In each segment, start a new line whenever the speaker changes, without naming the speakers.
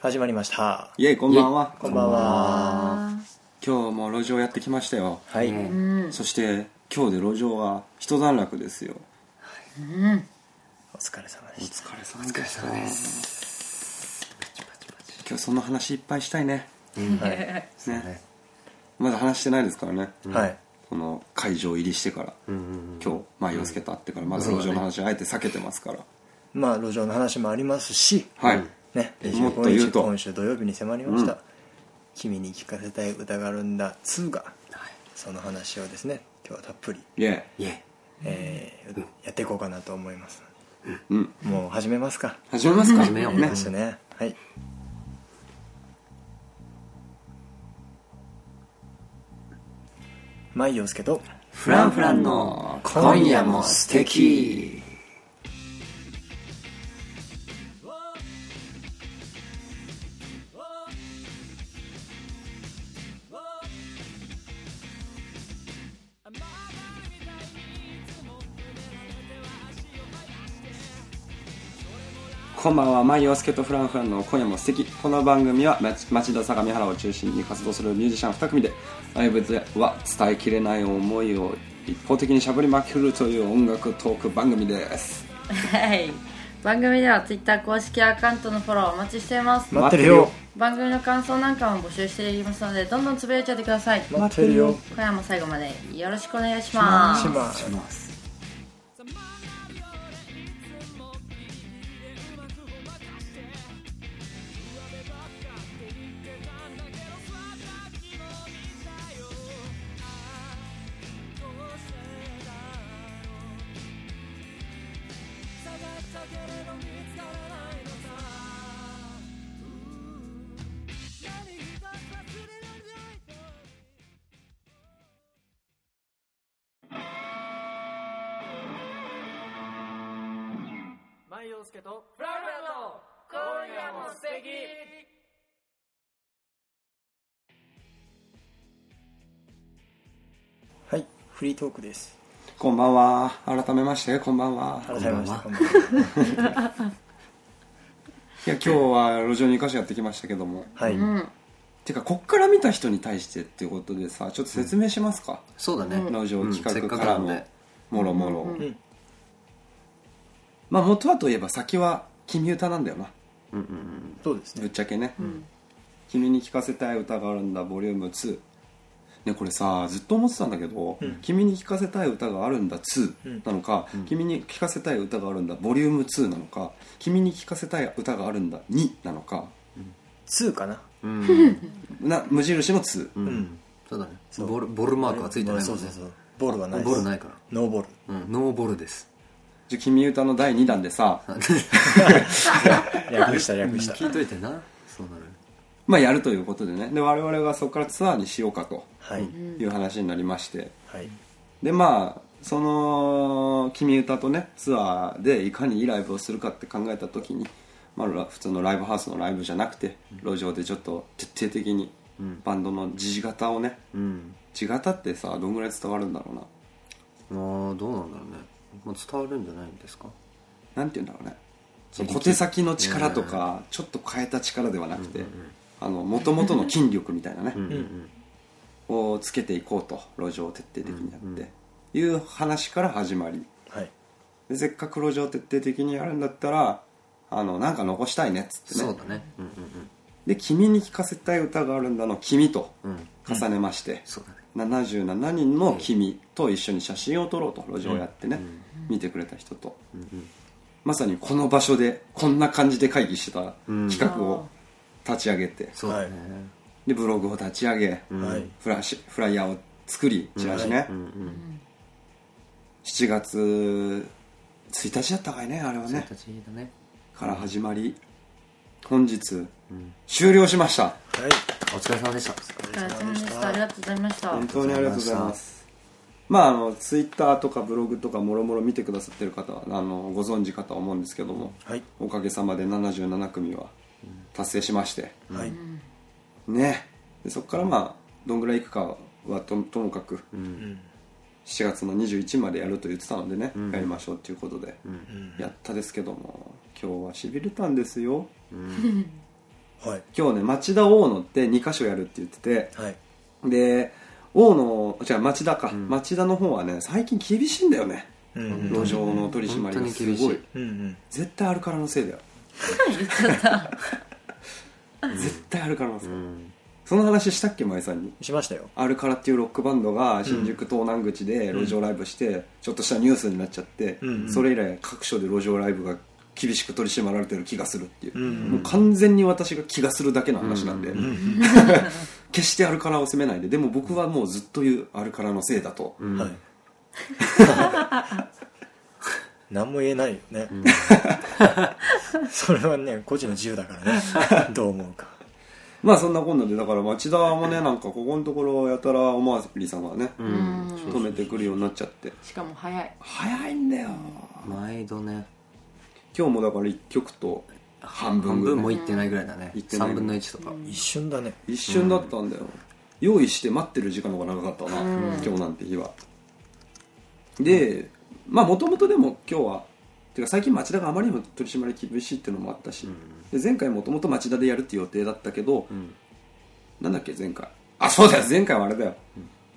始まりました
イエイこんばんは
こんばんは
今日も路上やってきましたよ
はい、
うん
そして今日で路上は一段落ですよ
うん
お疲れ様で
お
した
れ様でしたです今日その話いっぱいしたいね
はい、
ねまだ話してないですからね
はい、
この会場入りしてから今日まあ洋介と会ってからまだ路上の話はあえて避けてますから
まあ路上の話もありますし、
はい
ね、
もっと言
25
う
日
と
今週土曜日に迫りました「
うん
君に聞かせたい歌があるんだ2が」その話をですね今日はたっぷり、
イエイ
いえ
えーやっていこうかなと思います
うん
もう始めますか
始めますか
始めよう
ね
ましたねはい舞陽介と
フランフランの今夜も素敵
こんばんは、マイヨスケとフランフランの今夜も素敵。この番組は町町田相模原を中心に活動するミュージシャン2組で、ライブでは伝えきれない思いを一方的にしゃぶりまくるという音楽トーク番組です。
はい番組では Twitter 公式アカウントのフォローお待ちしています
待ってるよ
番組の感想なんかも募集していますのでどんどんつぶやいちゃってください
待ってるよ
今夜も最後までよろしくお願いします
しま
待ってるよします。
はいフリートークです
こんばんは。改めまして、こんばんは。
改めましてこんばんはい
や、今日は路上に歌手やってきましたけども。
はい、
うん
てか、こっから見た人に対してっていうことでさ、ちょっと説明しますか。
そうだね、
路上企
うんせっ
画
か
か
く
ら
なん
の
で、
もろもろ。
ん
まあ、元はといえば先は、君歌なんだよな。
そうです
ぶっ
ね
ちゃけね、君に聴かせたい歌があるんだボリューム2ねこれさずっと思ってたんだけど、君に聴かせたい歌があるんだ2なのか、君に聴かせたい歌があるんだボリューム2なのか君に聴かせたい歌があるんだ2なのか
2かな
な無印の2、
うんそうだねボルボルマークはついてないも
そ
ん
う
ね
そうそうボールはないです
ボルないから
ノーボール
うん、ノーボルです
じゃあ君歌の第2弾でさ、
略した略した
聞いといてなそうなる
まあやるということでねで我々がそこからツアーにしようかと
はい、
いう話になりまして
はい
でまあその「君歌」とねツアーでいかにいいライブをするかって考えた時に、まあ、ラ普通のライブハウスのライブじゃなくて路上でちょっと徹底的にバンドの地型をね、
うん
地型ってさどんぐらい伝わるんだろうな
あーどうなんだろうね、まあ、伝わるんじゃないんですか
なんて言うんだろうねその小手先の力とかちょっと変えた力ではなくてあの元々の筋力みたいなね、をつけていこうと路上を徹底的にやって、いう話から始まり
はい
でせっかく路上徹底的にやるんだったらあのなんか残したいねっつって
そう
ね
だねうんうん
で「君に聴かせたい歌があるんだ」の「君」と
うん
重ねまして、
そうだね
77人の「君」と一緒に写真を撮ろうと路上やってね、見てくれた人と、まさにこの場所でこんな感じで会議してた企画を立ち上げて
そうだね、
でブログを立ち上げ、
はい
フラッシュフライヤーを作りチラシね、7月1日だったかいねあれはね
立ち入りだね
から始まり本日、終了しました
はい
お疲れ様でした
お疲れ様でしたありがとうございました
本当にありがとうございますまああのツイッターとかブログとかもろもろ見てくださってる方はあのご存知かとは思うんですけども、
はい
おかげさまで77組は達成しまして、
はい
ねでそこからまあどんぐらいいくかはとともかく、7月の21までやると言ってたのでね、やりましょうっていうことで、やったですけども今日はしびれたんですよ、
はい
今日ね町田大野って2箇所やるって言ってて
はい
で大野じゃあ町田か、町田の方はね最近厳しいんだよね、
うんうん
路上の取り締まりがす
本当に
ごい
厳しい
うんうん
絶対アルカラのせいだよ
言っちゃった
絶対アルカラのせい、
うん
その話したっけ前さんに
しましたよ
アルカラっていうロックバンドが新宿東南口で路上ライブして、ちょっとしたニュースになっちゃって、
うんうん
それ以来各所で路上ライブが厳しく取り締まられてる気がするっていう、
うんうん
もう完全に私が気がするだけの話なんで、
うん
うん
決してアルカラを責めないででも僕はもうずっと言うアルカラのせいだと、
う
うん んはい何も言えないよね、 それはね個人の自由だから ねどう思うか
まあそんなこんなでだから町田もねなんかここのところやたらおまわりさんがね、
う
うんん
止めてくるようになっちゃって
しかも早い
早いんだよ
毎度ね
今日もだから1曲と半分
半
ぐらい
分もいってないぐらいだね
いってない
3分の1とか
一瞬だね
一瞬だったんだよ、用意して待ってる時間の方が長かったな、
うん
今日なんて日はでまあもともとでも今日はてか最近町田があまりにも取り締まり厳しいっていうのもあったし、で前回もともと町田でやるっていう予定だったけど、
ん
なんだっけ前回あそうだよ前回はあれだよ、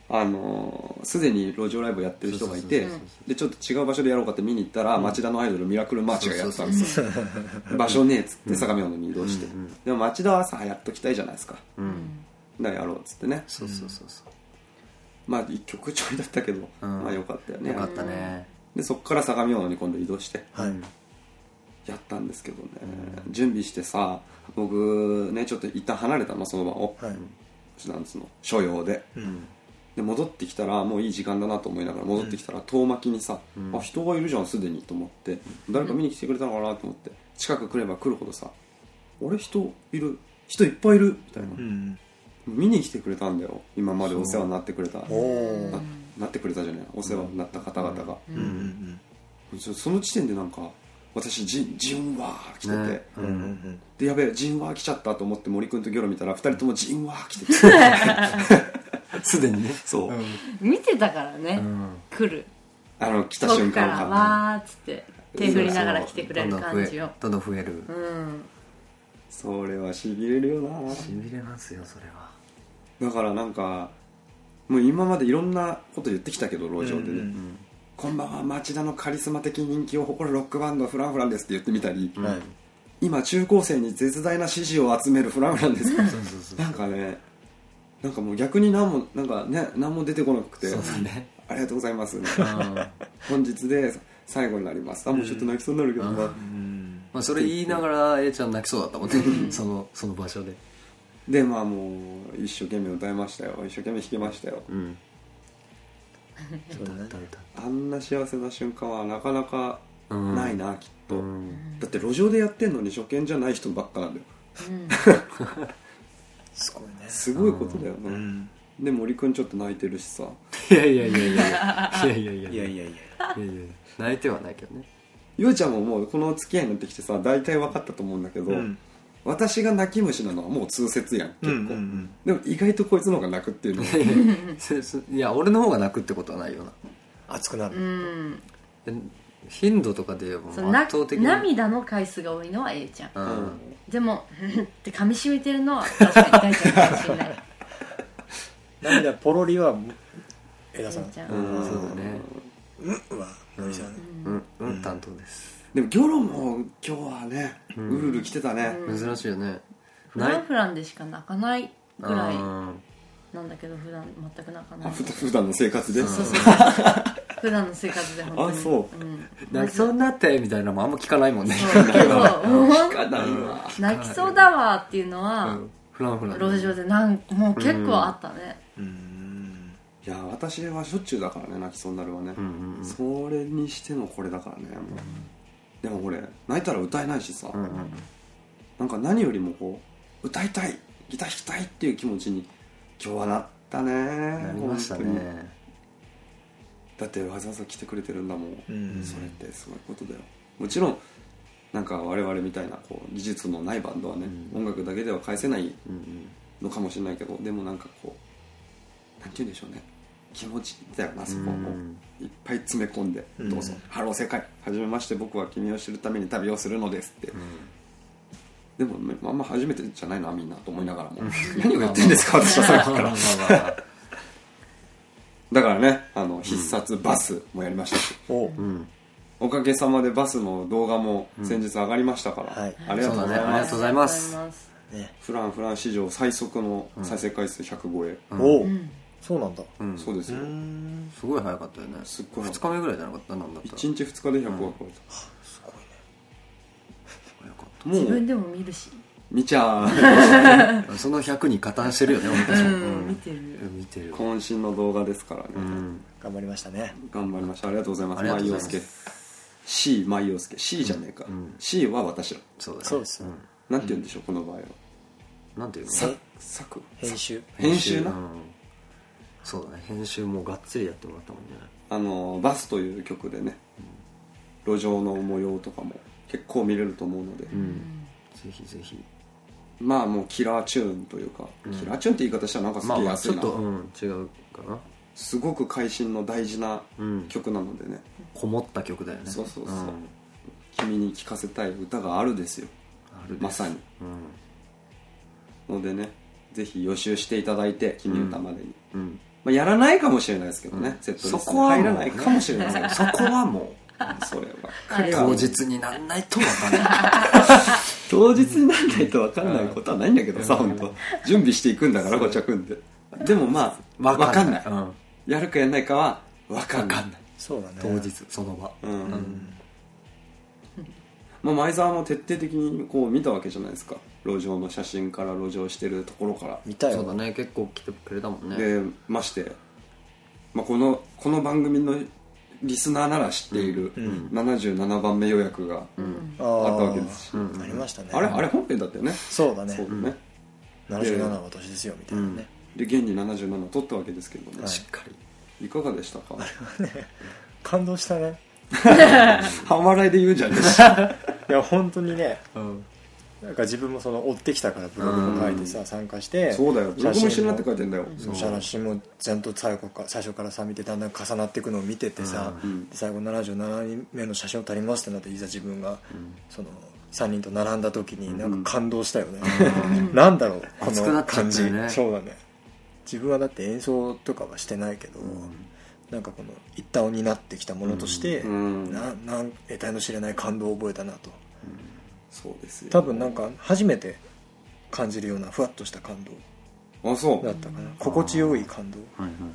あのーすでに路上ライブやってる人がいて
そうそうそう
でちょっと違う場所でやろうかって見に行ったら、町田のアイドルミラクルマーチがやってたんですよ
そうそう
場所ねえっつって相模湾に移動して、
うんうん
でも町田は朝早っときたいじゃないですか
ううん
だからやろうっつってね
そうそうそうそ
まあ1曲ちょいだったけど、
うん
まあよかったよ
う
ね
よかったね
でそっから相模湾に今度移動して
はい、
やったんですけどね、準備してさ僕ねちょっと一旦離れたのその場を、
はい
なんつうの所用で
うん
で戻ってきたらもういい時間だなと思いながら戻ってきたら遠巻きにさ、あ人がいるじゃんすでにと思って誰か見に来てくれたのかなと思って近く来れば来るほどさ「あれ人いる人いっぱいいる」みたいな、
うん
見に来てくれたんだよ今までお世話になってくれたな
おお
なってくれたじゃないお世話になった方々が、
うんうん
そその時点でなんか私ジンジンワー来てて、
ね
うんうんうん
でやべえジンワー来ちゃったと思って森君とギョロ見たら2人ともジンワー来 てて
すでにね
そう、
見てたからね、
ん
来る
あの来た
遠
瞬
くか
間
ら
が
わーっつって手振りながら来てくれ
どん
る
どん増
感じ
え
を
どんどん増える
うん
それはしびれるよな
しびれますよそれは
だからなんかもう今までいろんなこと言ってきたけど路上でね、
うんうんう
こんばんは町田のカリスマ的人気を誇るロックバンドフランフランですって言ってみたり、
はい
今中高生に絶大な支持を集めるフランフランです
そうそうそう
なんかねなんかもう逆に何もなんかね何も出てこなくて
そうだね
ありがとうございます
うん
本日で最後になりますあもうちょっと泣きそうになるけどな、
うん
まあそれ言いながら A ちゃん泣きそうだったもんねそのその場所で
でまあもう一生懸命歌いましたよ一生懸命弾きましたよ
うん
そうだね
歌歌
あんな幸せな瞬間はなかなかないな、きっと、
うん
だって路上でやってんのに初見じゃない人ばっかなんだよ
うん
すごいね
すごいことだよね、
うん
で森くんちょっと泣いてるしさ
いやいやいやいやいやいやいや
い
いや
や
い
いやいや
やいや泣いてはないけどね
ゆうちゃんももうこの付き合いになってきてさ大体分かったと思うんだけど、
うん
私が泣き虫なのはもう通説やん結構、
うんうん
でも意外とこいつの方が泣くっていう の
せせいや俺の方が泣くってことはないよな
熱くな
う
る
ん
で頻度とかで言えばも
そうのな
圧倒的に
涙の回数が多いのは A ちゃん
う
うん
ん
でも うんって噛み締めてるのは確かに大ちゃんかもしれない
涙ポロリは江
A
田さん
ちゃ
うんんそうだね
うんはノリさん
うんうん担当です
でもギョロも今日はね、うるる来てたね、
珍しいよね
フランフランでしか泣かないぐらい
うん
なんだけど普段全く泣かな
あ
い
ふた普段の生活で、
そうそう普段の生活で本当に
あそ
うん、
泣きそうになってみたいなのもあんま聞かないもんね
そうけどうん
かないわ
泣きそうだわっていうのは、
うんフランフラン
路上でなんもう結構あったね、
うん
いや私はしょっちゅうだからね泣きそうになるわね、
うんうんうん
それにしてもこれだからねもうでも俺泣いたら歌えないしさ、
うんうん
なんか何よりもこう歌いたいギター弾きたいっていう気持ちに今日はなったね
なりました
本当に
ね
だってわざわざ来てくれてるんだもん、
うん
それってすごいことだよもちろんなんか我々みたいなこう技術のないバンドはね、
うん
音楽だけでは返せない
うんうん
のかもしれないけどでもなんかこうなんて言うんでしょうね気持ちだよなそこを
うん
いっぱい詰め込んで「
うん
どうぞハロー世界はじめまして僕は君を知るために旅をするのです」って、でもまあんま初めてじゃないなみんなと思いながらも何を言ってん ですか私はさっきから
ら
だからねあの必殺バスもやりましたし、
おう
うん
おかげさまでバスの動画も先日上がりましたから、
うんはい
ありがとうござい
そうだねあ
ま
りが
す、
とうございます
ありがとうございます
ね
フランフラン史上最速の再生回数100超え、
おう
うん
そうなんだ
うん
そうです
う
よ、
ん
すごい早かったよね
すっごい
2日目ぐらいじゃなかったなんだったら
1日2日で100は超え
すごいね
早かっ
もう
自分でも見るし
た見ち ゃう
たその100に加担してるよね俺たちも
うん見てる
うん見てる
渾身の動画ですからね、
うん
頑張りましたね
頑張りましたありがとうございます
ありがとうございます
舞陽介 C 舞陽介 C じゃねえか、
うん
C は私ら
そうだね
そうです
ん
なんて言うんでしょう、この場合は
なんていうの
さ
作
編集
編集な
うんそうだね編集もがっつりやってもらったもんね
あの「バス」という曲でね路上の模様とかも結構見れると思うので、
うんぜひぜひ
まあもうキラーチューンというか、
うん
キラーチューンって言い方したらなんかす
まあ
げえ
まあち
安い
ょっ
な、
とうん違うかな
すごく会心の大事な
うん
曲なのでね
こもった曲だよね
そうそうそうん「君に聴かせたい歌がある」ですよ
あるです
まさに
うん
のでねぜひ予習していただいて「君歌」までに、
うん
まあ、やらないかもしれないですけどね、
うん
セットリストに
そこはも
入
うね
らないかもしれないです
そこはも
けどそれは
はい
う当日になんないとわかんない
当日になんないと分かんないことはないんだけどさ本当準備していくんだからごちゃくんででもまあ分かんない
うん
やるかやらないかは分かんない
そうだね
当日その場
うん、
うん
まあ、前澤も徹底的にこう見たわけじゃないですか路上の写真から路上してるところから、
見たい
そうだ
わ
ね結構来てくれたもんね
でまして、まあ、このこの番組のリスナーなら知っている
うんうん
77番目予約が
うん
あ
あ
ー
ったわけですし、
うん
ありましたね
あれあれ本編だったよね
そうだね
そうだね、
77は私ですよみたいなね
で現に77取ったわけですけども、
はい
しっかり
いかがでしたか
感動したね
半笑いで言うんじゃねえし
いや本当にね
うん
なんか自分もその追ってきたからブログも書いてさ参加して
そうだよ僕も
写
一緒
真
にな
も
って書いてんだよ
そう写真もちゃんと最後か最初からさ見てだんだん重なっていくのを見ててさ、
うんうん
で最後77人目の写真を撮りますってなっていざ自分が、その3人と並んだ時になんか感動したよね、 なんだろうこ
熱くな
の
っちゃっ
感
た
じ、
よね
そうだね自分はだって演奏とかはしてないけど、なんかこの一端を担ってきたものとして、
うん
ななん得体の知れない感動を覚えたなと
そうですよ
多分なんか初めて感じるようなふわっとした感動
あそ
だったかな心地よい感動
はいはいは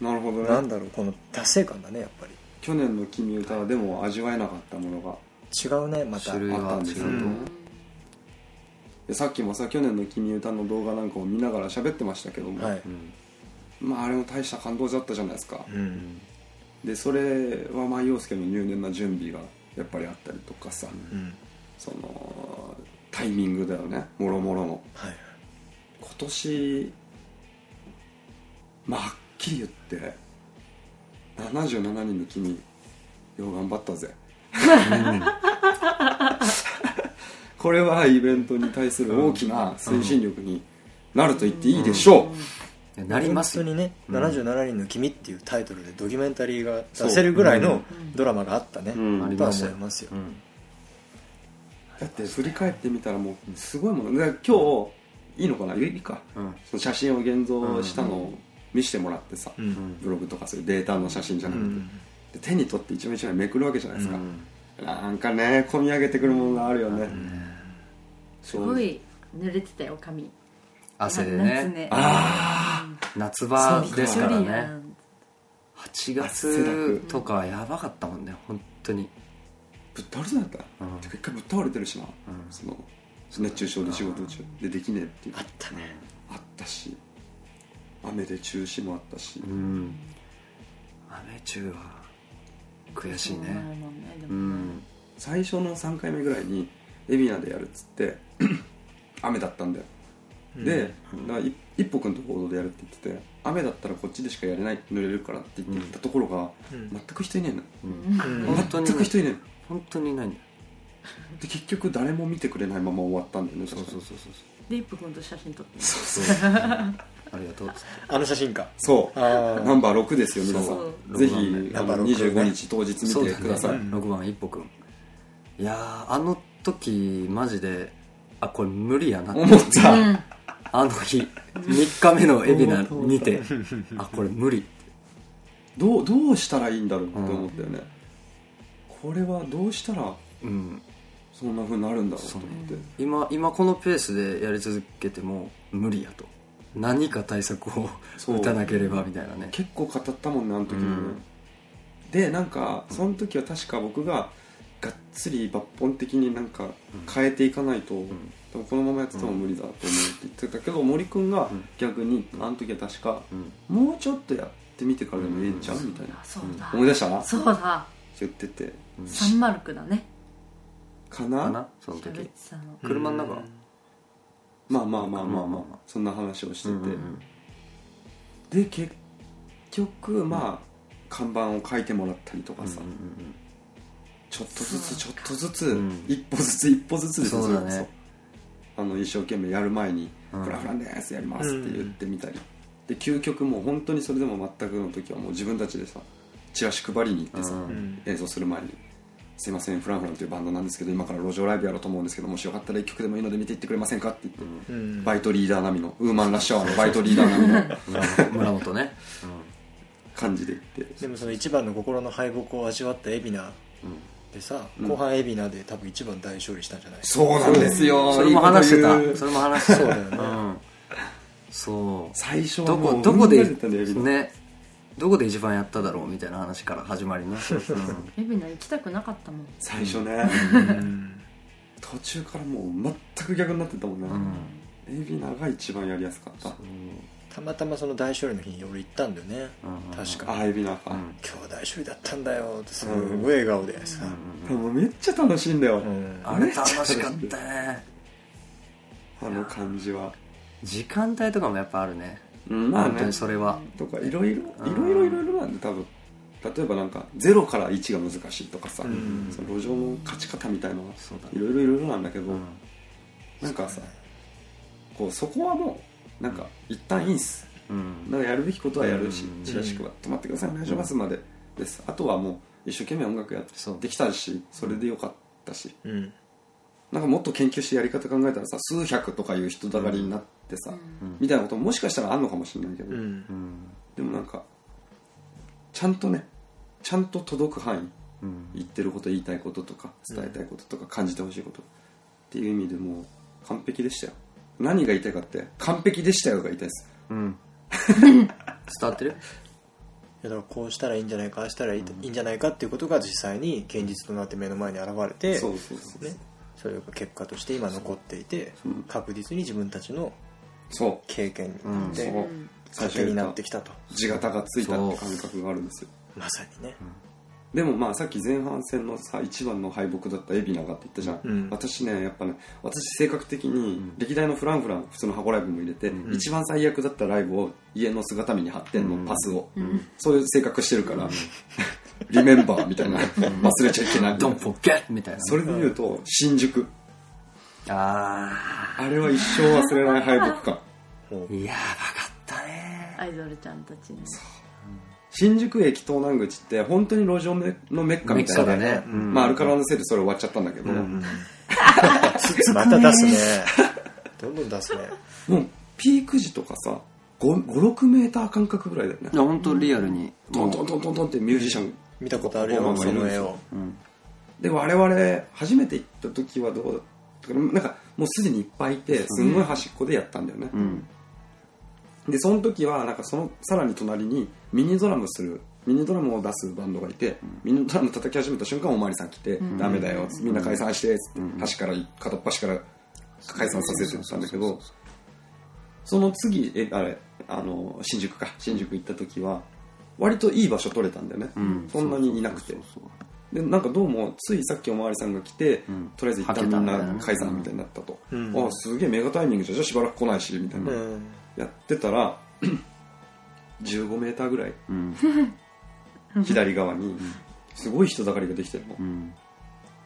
うなるほどね
なんだろうこの達成感だねやっぱり
去年の「君歌」はでも味わえなかったものが
違うねま
い
た
種類
あった
は
んです
違
よ
うと思う
でさっきもさ去年の「君歌」の動画なんかを見ながら喋ってましたけども、
はい、
うん
まああれも大した感動だったじゃないですか
う、ん、
でそれはまあ陽介の入念な準備がやっぱりあったりとかさ、
うん、
そのタイミングだよねもろもろの
はい
今年まあはっきり言って77人の君よう頑張ったぜ これはイベントに対する大きな推進力になると言っていいでしょう、
いやなりますよ
本当にね「
うん
77人の君」っていうタイトルでドキュメンタリーが出せるぐらいの
うん
ドラマがあったね、
うんあり
とは
ました
思い
よ
ますよ、
うん
だって振り返ってみたらもうすごいものだから今日いいのかないいか
うん
その写真を現像したのを見せてもらってさ、
う
うんん
ブログとかそういうデータの写真じゃなくて、で手に取って一枚一枚めくるわけじゃないですか、なんかね込み上げてくるものがあるよね、
す
す
ごい濡れてたよ髪
汗で
夏
ね
あ
夏場ですから
緑や
ね
ん
8
汗だ
月
く
とかやばかったもんね本当に
ぶっ倒れそうだった、
うん
てか一回ぶっ倒れてるしな、
ん
その熱中症で仕事中でできねえっていう
あったね
あったし雨で中止もあったし、
うん雨中は悔しい
そうな
ね
るもんねで
う
もね
ん
最初の3回目ぐらいに海老名でやるっつって 雨だったんだよ、で、だからい一歩くんと行動でやるって言ってて雨だったらこっちでしかやれない濡れるからって言ってたところが、
うん
全く人いねえの、
うん
うん
本当に
全く人いねえの
本当にないんだよ
で結局誰も見てくれないまま終わったんだよね
そうそう
確か
そうそう
で一歩君と写真撮って
そうそうありがとうっつって
あの写真か
そう
あ
ナンバー6ですよ皆さ
そ
ん
う
ぜひ
ナ
あ
ンバー
の
六
25日当日見てください
うん
6番一歩くんいやーあの時マジであこれ無理やなって
思った、
うん
あの日3日目の海老名見てあこれ無理
どうどうしたらいいんだろうって思ったよね、これはどうしたら
うん
そんなふうになるんだろうと思って
今今このペースでやり続けても無理やと何か対策を
そう
打たなければみたいなね
結構語ったもんねあの時もね、
うん
でなんかその時は確か僕ががっつり抜本的になんか変えていかないと、多分このままやってても無理だと思うって言ってたけど森君が
うん
逆にあの時は確か
うん
もうちょっとやってみてからでもええんちゃうみたいな
そうだ
思い出したなって
そうだ
言ってて
サンマルクだね
か
か
な
なその時
喋ってたの
車の中
まあまあまあまあま
うん
あそんな話をしてて、
うんうん
で結局まあ看板を書いてもらったりとかさ、
うん
ちょっとずつち
そ
ょ
う
っとずつ、
うん
一歩ずつ一歩ずつですよ
そうだね
れこそあの一生懸命やる前に「
うん
フラフラですやります」って言ってみたり、で究極もう本当にそれでも全くの時はもう自分たちでさチラシ配りに行ってさ、
うん
うん
演奏する前に「すいませんフランフランというバンドなんですけど今から路上ライブやろうと思うんですけどもしよかったら一曲でもいいので見ていってくれませんか?」って言って、
うん
バイトリーダー並みのウーマンラッシュアワーのバイトリーダー並みの
村本村本ね
感じで言って
でもその一番の心の敗北を味わった海老名
うんうん
でさ、
うん
後半海老名で多分一番大勝利したんじゃない
そうなんですよ
それも話して
いいこと言
た
う
それも話してた
そうだよね
うんそう
最初は
ど
も
こ
う
どこ
う
で
んざりだったんだよみんな
ねどこで一番やっただろうみたいな話から始まりねうん
海老名行きたくなかったもん
最初ね、
うん
途中からもう全く逆になってたもんね、
うん
海老名が一番やりやすかった
たまたまその大勝利の日に俺行ったんだよね
うん
確か
あ海老名か、
うん
今日大勝利だったんだよってすごい笑顔でさ、
でもめっちゃ楽しいんだよ、
うん
あれ楽しかったね
あの感じは
時間帯とかもやっぱあるね
うんまあ
本当
ね
にそれは
とかいろいろ
うん
いろいろいろいろなんで多分例えばなんか0から1が難しいとかさ、
うん
その路上の勝ち方みたいのは
そうだ
い
ね
ろいろいろいろなんだけど、
うん
なんかさこうそこはもうなんか一旦いいんす
うん
なんかやるべきことはやるし、
うん
チラシ配って「待ってくださいお願いします」までですあとはもう一生懸命音楽やって
そう
できたしそれでよかったし
うん
なんかもっと研究してやり方考えたらさ数百とかいう人だかりになってさ、
うん
うん
みたいなことももしかしたらあんのかもしれないけど、
うん
うん
でもなんかちゃんとねちゃんと届く範
うん
囲言ってること言いたいこととか伝えたいこととか感じてほしいことっていう意味でもう完璧でしたよ何が言いたいかって「完璧でしたよ」が言いたいです
うん伝わってる
いやだからこうしたらいいんじゃないかああしたらいい,、いいんじゃないかっていうことが実際に現実となって目の前に現れて
そうそうそう、
ね、それが結果として今残っていて
うん
確実に自分たちの
そう
経験
うん
で
そう
勝手になってきたと、
地形がついたって感覚があるんですよ
まさにね
でもまあさっき前半戦のさ一番の敗北だった海老名がって言ったじゃん、
うん
私ねやっぱね私性格的に歴代のフランフラン普通の箱ライブも入れて、一番最悪だったライブを家の姿見に貼ってんの、パスを、そういう性格してるから、 リメンバーみたいな忘れちゃいけないみた
ド
い
ン
な
ポゲッみたいな
それで言うと新宿
あ
あれは一生忘れない敗北感
もう
あいやばかったね
アイドルちゃんたちね
新宿駅東南口って本当に路上のメッカみたいな
メッカだねうん
まあアルカラのせいでそれ終わっちゃったんだけど、
また出すねどんどん出すね
もうピーク時とかさ56メーター間隔ぐらいだよね
いや本当リアルに
トントントントントンってミュージシャン
見たことあるよ
パフォー
そ
マーがいるん
の
です
絵
よ
を
で我々初めて行った時はどうだったかななんかもうすでにいっぱいいてすんごい端っこでやったんだよね、
うん
でその時はなんかそのさらに隣にミニドラムするミニドラムを出すバンドがいて、ミニドラム叩き始めた瞬間おまわりさん来て「ダメだよみんな解散して」っつって、端から片っ端から解散させてたんだけどその次えあれあの新宿か新宿行った時は割といい場所取れたんだよね、そんなにいなくて
そうそう
でなんかどうもついさっきおまわりさんが来て、
うん
とりあえず一
はけ
旦
た
みん
みたい
な
な
解散みたいになったと、
うん
あすげえメガタイミングじゃんじゃあしばらく来ないしみたいな、
うん
やってたら 15メーターぐらい
うん
左側にすごい人だかりができてるの
う、ん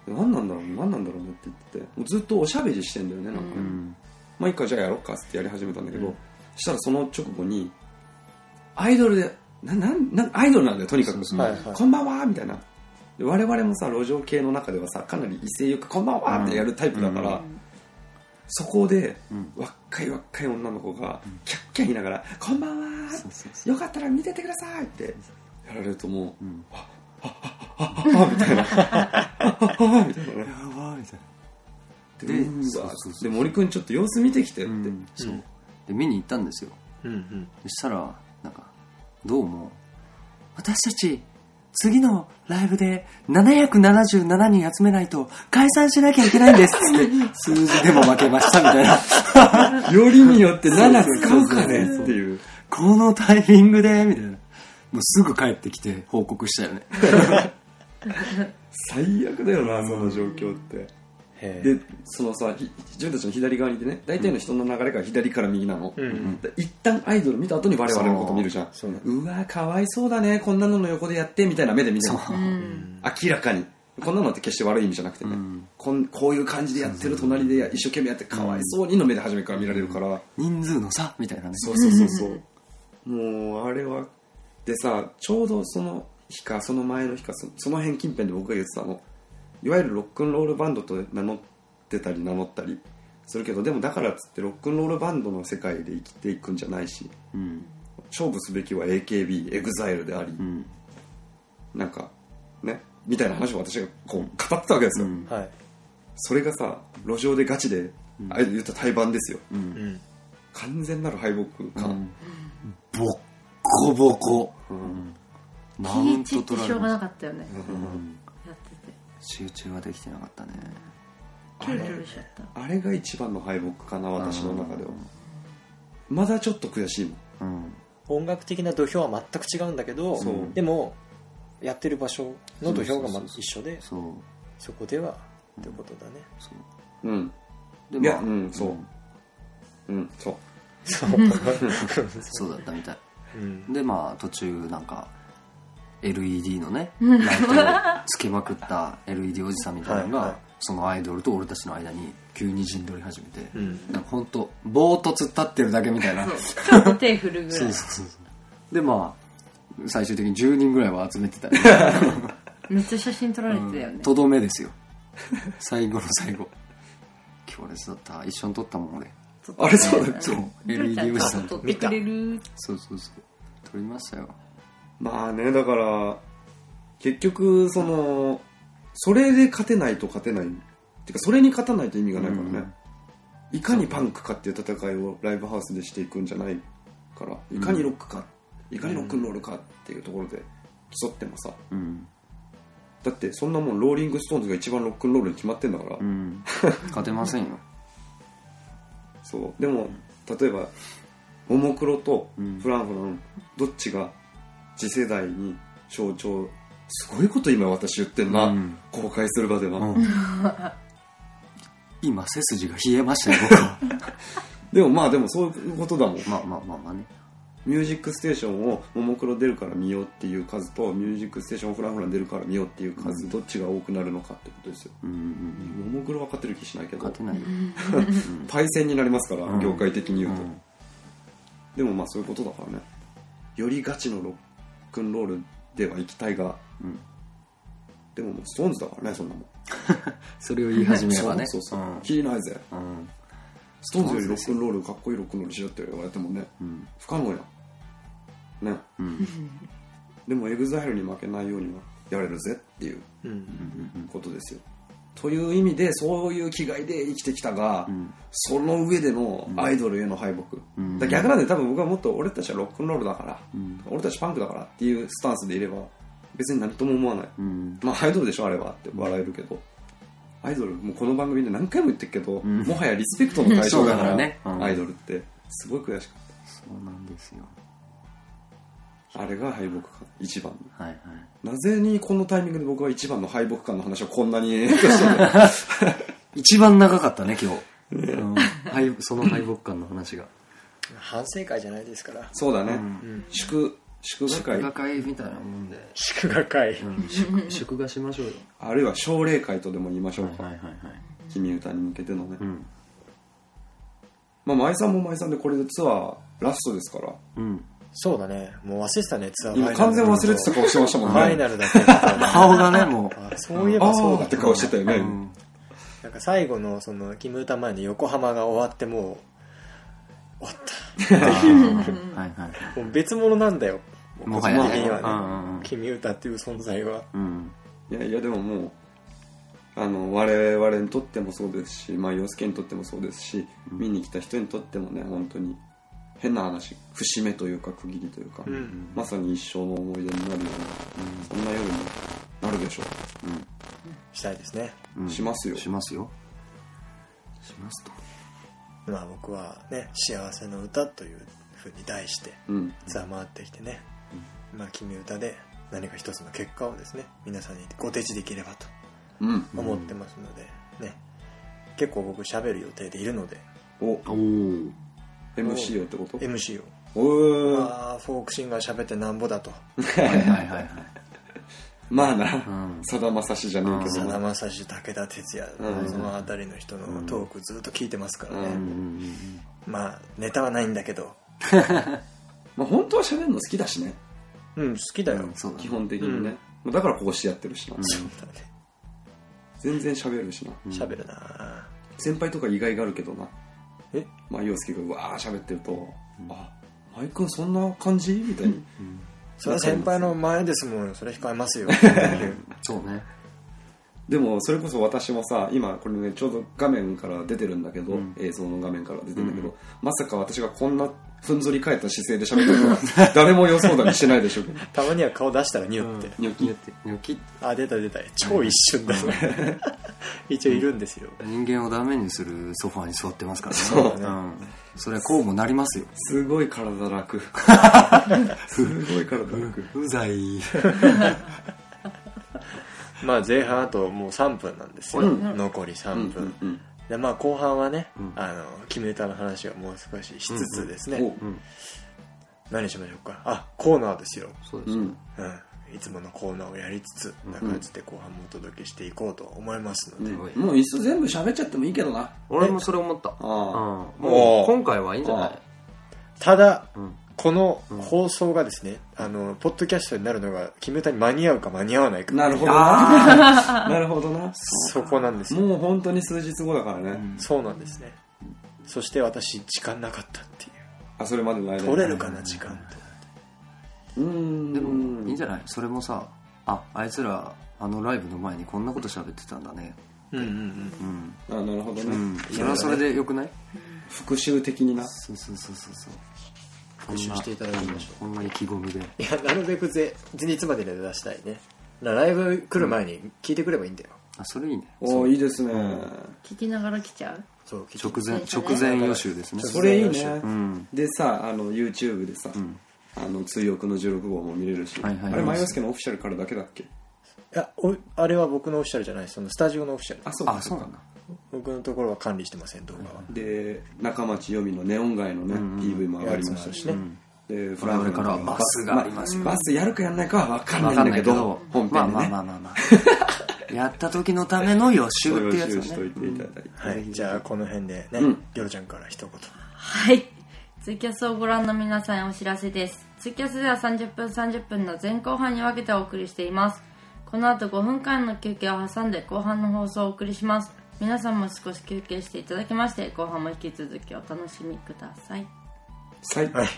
何なんだろうね何なんだろうねって言っててもうずっとおしゃべりしてんだよねなんかね、
うん
まあ一回じゃあやろっかっつってやり始めたんだけど、
うん
したらその直後にアイドルでななんなんアイドルなんだよとにかく、
はいはい
こんばんはみたいなで我々もさ路上系の中ではさかなり威勢よく「こんばんは」ってやるタイプだから、
ん
そこで、
うん
若い若い女の子がキャッキャ言いながら「こんばんは
そうそうそう
よかったら見ててください」ってやられるともう
うん
「あみたいな「あみたいなね
やばいみたいな
で
で
う
そう
わ
そうそう
で森君ちょっと様子見てきてって、
うんそうで見に行ったんですよ
うんうん
そしたらなんかどうも私たち次のライブで777人集めないと解散しなきゃいけないんですって数字でも負けましたみたい な
よりによって7使うかねっていう
このタイミングでみたいなもうすぐ帰ってきて報告したよね
最悪だよなその状況って
へえ
でそのさひ自分たちの左側にいてね大体の人の流れが左から右なの、
うんうん
で一旦アイドル見た後に我々のこと見るじゃん
そうそう
うわかわいそうだねこんなのの横でやってみたいな目で見てる
そう
うん
明らかにこんなのって決して悪い意味じゃなくてね、
うん
こんこういう感じでやってる隣で一生懸命やってかわいそうにの目で初めから見られるから、
人数の差みたいなね
そうそうそうそう もうあれはでさちょうどその日かその前の日かそその辺近辺で僕が言ってたのいわゆるロックンロールバンドと名乗ってたり名乗ったりするけどでもだからっつってロックンロールバンドの世界で生きていくんじゃないし
うん
勝負すべきは AKBEXILE であり、
うん
なんかねみたいな話を私がこう語ってたわけですよ、
うん
はい
それがさ路上でガチで、あ言った対バンですよ
うん
うん
完全なる敗北
う
感、
んボッコボコ
うん
マ
気
ウ
に
ン
散
ト
って
取ら
し
れ
ょうがな
まし
かったよね
たうん
やってて
集中はできてなかったね
キュルキュルしちゃった
あれが一番の敗北かな私の中ではまだちょっと悔しいもん
うん
音楽的な土俵は全く違うんだけど
そう
でもやってる場所の土俵がま
そうそうそう
一緒で
そう
そこではってことだね
そう
うん
で
いや
まあ
うんそううんそう
そう
そうだったみたい
うん
でまあ途中なんか LED のねライトをつけまくった LED おじさんみたいなのが、
はいはい
そのアイドルと俺たちの間に急に陣取り始めて、
うん
なんかほんとぼーっと突っ立ってるだけみたいな
そうちょっと手振るぐ
そ
ら
う
い
そうそうそうでまあ最終的に10人ぐらいは集めてたり
めっちゃ写真撮られてたよ
うん
ね
とどめですよ最後の最後強烈だった一緒に撮ったもん俺
あれそうだっけ
そう LED おじさん
撮
と
ってくれる
そうそうそう撮りましたよ
まあねだから結局そのそれで勝てないと勝てないてかそれに勝たないと意味がないからね、いかにパンクかっていう戦いをライブハウスでしていくんじゃないからいかにロックか、いかにロックンロールかっていうところで競ってもさ
うん
だってそんなもんローリングストーンズが一番ロックンロールに決まってんだから、
うん勝てませんよ
そうでも例えばももクロと
うん
フランフラン、どっちが次世代に象徴すごいこと今私言ってんな、
うん
公開する場では、
うん今背筋が冷えましたよ僕 は
でもまあでもそういうことだもん
まあまあまあまあね
ミュージックステーションをももクロ出るから見ようっていう数とミュージックステーションをフランフラン出るから見ようっていう数、
うん
どっちが多くなるのかってことですよ
うんうんうん
ももクロは勝てる気しないけど
勝てないよ
パイセンになりますから、
うん
業界的に言うと、
うん
でもまあそういうことだからねよりガチのロックンロールでは行きたいが
うん
でももうストーンズだからねそんなもん
それを言い始めればね
そうそうそう、
ん
気にないぜ
うん
ストーンズよりロックンロールかっこいいロックンロールしろって言われてもね
うん
不可能やんね
うんうん
でもエグザイルに負けないようにはやれるぜっていう
うん
うん
ことですよという意味でそういう気概で生きてきたが、
うん
その上でのアイドルへの敗北、
うん
だから逆なんで多分僕はもっと俺たちはロックンロールだから、
うん
俺たちパンクだからっていうスタンスでいれば別に何とも思わない、
うん
まあアイドルでしょあれはって笑えるけど、アイドルもうこの番組で何回も言ってるけど、
ん
もはやリスペクトの対象だから
そうだからねうん
アイドルってすごい悔しかっ
そうなんですよ
たあれが敗北か一番
はいはい
のなぜにこのタイミングで僕は一番の敗北感の話をこんなに延々としてる の
一番長かったね今日、うん敗その敗北感の話が
反省会じゃないですから
そうだね、
うん
祝祝賀
祝賀
会
会みたいなもんで、
祝賀会
うん、祝祝賀しましょうよ
あるいは奨励会とでも言いましょうか、
いはいはい
君歌に向けてのね、
うん
まあ舞さんも舞さんでこれでツアーラストですから
うん
そうだねもう忘れてたねツアー
今完全忘れてた顔してましたもん
ファイ
ね
ナルだった
顔がねもう
あそういえば
あ
そう
あ
だ
って顔してたよね、
うん
なんか最後のそのキムタ前の横浜が終わってもう終わっ
はいはいは
たもう別物なんだよ
い。もはや
個人的
ね
に。
う
はね
ん
君歌っていう存在は
うん
いやいやでももうあの我々にとってもそうですし、まあ、洋介にとってもそうですし、見に来た人にとってもね本当に変な話節目というか区切りというか、
うん
まさに一生の思い出になるような、そんな夜になるでしょ
したいですね
うんうん。
しますよ
しますよ。しますと。
まあ僕はね「幸せの歌」というふうに題して
う、うん、
ツアー回ってきてね、まあ君歌で何か一つの結果をですね皆さんにご提示できればと
うん、
思ってますので、ね結構僕喋る予定でいるので
お
おー
MC よってこと
MC を
おー
ああフォークシンガー喋ってなんぼだと
はいはいはいはい。
まあな
うん
さだまさしじゃねえけ
さ
ど
だ
な
まさし武田鉄矢
うん
その辺りの人のトークずっと聞いてますから
う
ね
うん
ん
うんうん
まあネタはないんだけど
まあ本当は喋るの好きだしね
うん好きだよ、
うんそうだね
基本的にね、だからこうしてやってるしな、
そうだね
全然喋るしな、
喋るな
先輩とか意外があるけどな
え
まあ陽介がわー喋ってると、あマイ君そんな感じみたいに、
それは先輩の前ですもんそれ控えます よ
そうね。
でもそれこそ私もさ今これねちょうど画面から出てるんだけど、映像の画面から出てるんだけど、まさか私がこんなふんぞり返った姿勢で喋ってると は誰も予想だにしてないでしょうけど
たまには顔出したらニュって、
ニョキ
ニョキ
あ出た出た超一瞬だ、ね 一応いるんですよ、
人間をダメにするソファーに座ってますからね。
そうだね
ん。それはこうもなりますよ。
すごい体楽 すごい体楽
うざい。
まあ前半あともう3分なんですよ、
うん
残り
うんう
3分、
んうん
でまあ後半はね、
ん
あのキムネタの話はもう少ししつつですね、
お
何しましょうかあコーナーですよ、
そう
う
ですね。
ん
うん、いつものコーナーをやりつつな感じで後半もお届けしていこうと思いますので、
おい
もういっそ全部喋っちゃってもいいけどな
俺もそれ思った。うん。
ああ
もう今回はいいんじゃな
あ
い
ただ、
ん
この放送がですね、あのポッドキャストになるのがキムネタに間に合うか間に合わないか
なるほど ななるほどな
そこなんですよ
もう本当に数日後だからね、
そうなんですねそして私時間なかったっていう
あそれまでの間に
取れるかな時間と
うーん
でもいいんじゃないそれもさああいつらあのライブの前にこんなこと喋ってたんだね
うんうんうん
うん、
あなるほどね、
うん、それはそれでよくない
復讐的にな
そうそうそうそうそう
復習していただきましょ
こんな意気込みで
ういやなるべくぜ前日までに出したいねなライブ来る前に聞いてくればいいんだよ、
あそれいいね
おおいいですね、
聞きながら来ちゃう
そう聞いて
直前直前予習ですね
それいいね、
ん
でさあの YouTube でさ、あの追憶の16号も見れるし、
はいはい
あれ前洋介のオフィシャルからだけだっけ
いやおあれは僕のオフィシャルじゃないそのスタジオのオフィシャル
あそうか
あ
そ
そううな
か
んだ
僕のところは管理してません動画は、
で中町よみのネオン街のね、PV も上がりましたしね、でフ
我々からはバスがあり
ま
ますす
バスやるかやんないかは分かん
わ
な
か
いんだ
んない
け
けど
ど本編で
まあ
ね、
まあまあまあま あやった時のための予習ってやつ
し
だ
とい
ね
ていただいて、
はいじゃあこの辺でね、
うん
ギョロちゃんから一言
はい。ツイキャスをご覧の皆さんへお知らせです。ツイキャスでは30分30分の前後半に分けてお送りしています。この後5分間の休憩を挟んで後半の放送をお送りします。皆さんも少し休憩していただきまして、後半も引き続きお楽しみください。
最
はい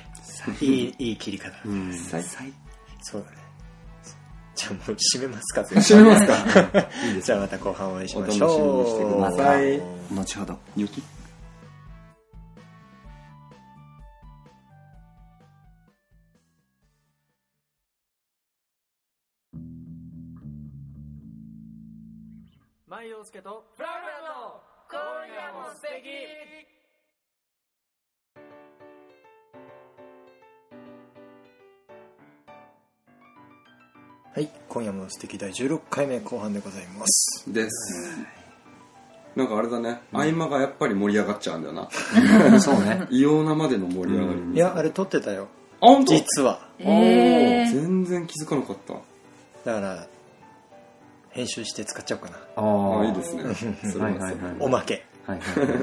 いい いい切り方、
最
そうだねじゃあもう締めます か
閉めますか
じゃあまた後半お会いしまし
お楽しみ
ょ
にして
う
ください
後ほど
ニョキ
はい今夜も素敵第16回目後半でございます
ですなんかあれだね、合間がやっぱり盛り上がっちゃうんだよな
そうね
異様なまでの盛り上がりに、
いやあれ撮ってたよ
あ本当
実は
えー、
全然気づかなかった
だから編集して使っちゃおうかな
あ
あ
あ
いいですね それはそれで
はいはいはい
おまけ
はいはいはい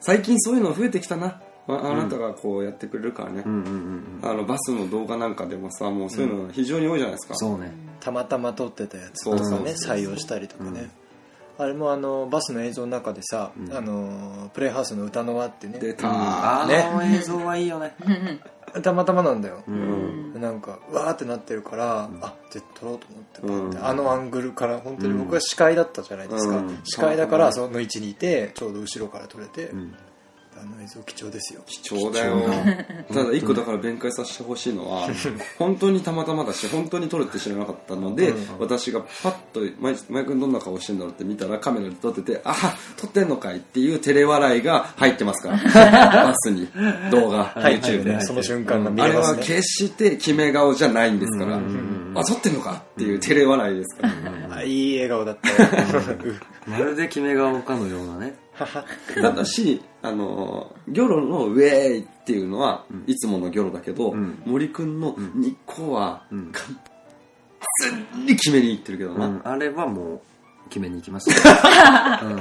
最近そういうの増えてきたなああなたがこうやってくれるからね、
うんうんうんうん
あのバスの動画なんかでもさもうそういうの非常に多いじゃないですか、
そうね
たまたま撮ってたやつとか
そうそう
ね
そう
採用したりとかねあれもあのバスの映像の中でさ、
うん
あのプレイハウスの歌の輪ってね
出た
あの映像はいいよね
たまたまなんだよ、
うん
なんかうわーってなってるから、あ絶対撮ろうと思って,、
うん
あのアングルから本当に僕は視界だったじゃないですか、
うん
視界だからその位置にいてちょうど後ろから撮れて、
ん
あの映像貴重ですよ
貴重だよただ一個だから弁解させてほしいの は本当にたまたまだし本当に撮るって知らなかったので
うん
私がパッとマイマイ君どんな顔してんだろうって見たらカメラで撮っててあ撮ってんのかいっていう照れ笑いが入ってますから バスに動画
はい
YouTube で
その瞬間が見
あ
れ
れ
ます
は
ね、
決して決め顔じゃないんですからあ撮ってんのかっていう照れ笑いですから
あいい笑顔だったよ
まるで決め顔かのようなね
ただし、あのー、ギョロのウェーイっていうのは、いつものギョロだけど、
ん
森くんのニコは、
ん
完全に決めに行ってるけど
う
な、
んあれはもう決めに行き ますたうん